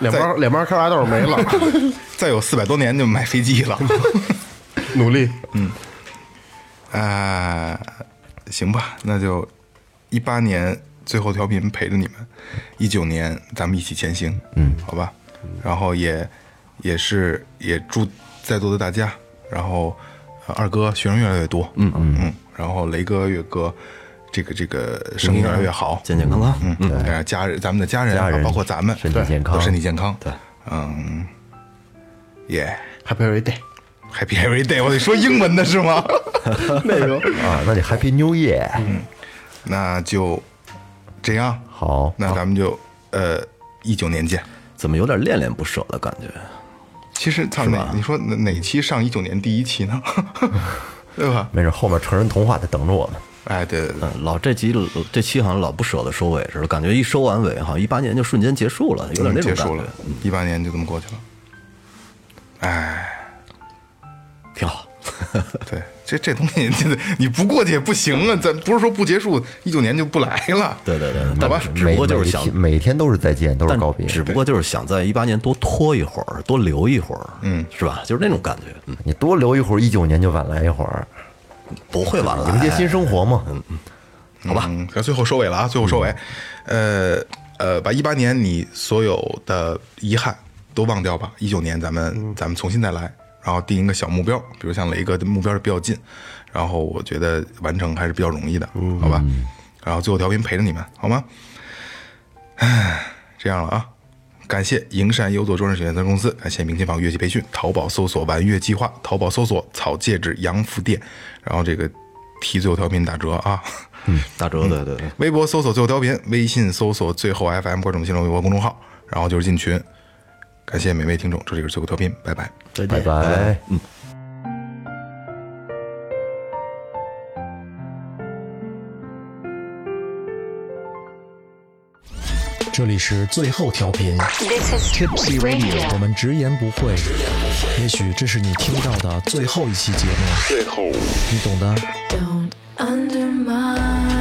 Speaker 5: 两包两包开拉豆没了，
Speaker 3: 再有四百多年就买飞机了，
Speaker 5: 努力。
Speaker 3: 啊、行吧，那就一八年最后调频陪着你们，一九年咱们一起前行，嗯，好吧，然后也也是也祝在座的大家，然后呃二哥学生越来越多，嗯嗯嗯，然后雷哥岳哥这个这个生意越来越好，
Speaker 4: 健健康康。
Speaker 3: 嗯，然后家人咱们的家人，
Speaker 2: 家人
Speaker 3: 包括咱们
Speaker 2: 身体
Speaker 3: 对
Speaker 2: 健康
Speaker 3: 都身体健康，对，嗯，耶、
Speaker 5: Happy every day，
Speaker 3: Happy every day，我得说英文的是吗？
Speaker 5: 那个
Speaker 4: 嗯
Speaker 2: 啊，那得 Happy New Year，
Speaker 3: 那就这样，
Speaker 2: 好，
Speaker 3: 那咱们就呃一九年见。
Speaker 4: 怎么有点恋恋不舍的感觉？
Speaker 3: 其实操哪，你说哪哪期上一九年第一期呢？ 对吧？
Speaker 2: 没事，后面成人童话在等着我们，
Speaker 3: 哎，对对对，
Speaker 4: 嗯，老这集这期好像老不舍得收尾似的，感觉一收完尾，好像一八年就瞬间结束了，
Speaker 2: 嗯
Speaker 4: 有点那种
Speaker 3: 结
Speaker 4: 感
Speaker 3: 束
Speaker 4: 觉嗯
Speaker 3: 了，，一八年就这么过去了。哎，
Speaker 4: 挺好。
Speaker 3: 对，这这东西你你不过去也不行啊，咱不是说不结束，一九年就不来了。
Speaker 4: 对对对，
Speaker 3: 好吧
Speaker 4: 但只
Speaker 2: 每
Speaker 4: 不过就是
Speaker 2: 每
Speaker 4: 想
Speaker 2: 天每天都是再见，都是
Speaker 4: 但
Speaker 2: 告别，
Speaker 4: 只不过就是想在一八年多拖一会儿，多留一会儿，嗯，是吧？就是那种感觉，嗯，
Speaker 2: 你多留一会儿，一九年就晚来一会儿，
Speaker 4: 不会晚了，
Speaker 2: 迎接新生活嘛。
Speaker 4: 嗯
Speaker 3: 好吧，咱、最后收尾了啊，最后收尾，呃呃，把一八年你所有的遗憾都忘掉吧，一九年咱们、咱们重新再来，然后定一个小目标，比如像雷哥的目标是比较近，然后我觉得完成还是比较容易的，好吧，然后最后调频陪着你们，好吗？唉，这样了啊。感谢营山优作装饰有限责任公司，感谢明琴坊乐器培训，淘宝搜索“玩乐计划”，淘宝搜索“草戒指洋服店”，然后这个提最后调频打折啊。
Speaker 4: 大哲，对对对，
Speaker 3: 微博搜索最后调频，微信搜索最后 FM 关注我们新浪微博公众号，然后就是进群。感谢每位听众，这里是最后调频，拜拜。
Speaker 5: 再
Speaker 2: 拜
Speaker 5: 见。
Speaker 4: 哎
Speaker 2: 拜。
Speaker 6: 这里是最后调频
Speaker 7: This is
Speaker 6: Tipsy
Speaker 7: Radio.
Speaker 6: Radio，我们直言不讳。也许这是你听到的最后一期节目，最后，你懂的。
Speaker 8: Don't undermine.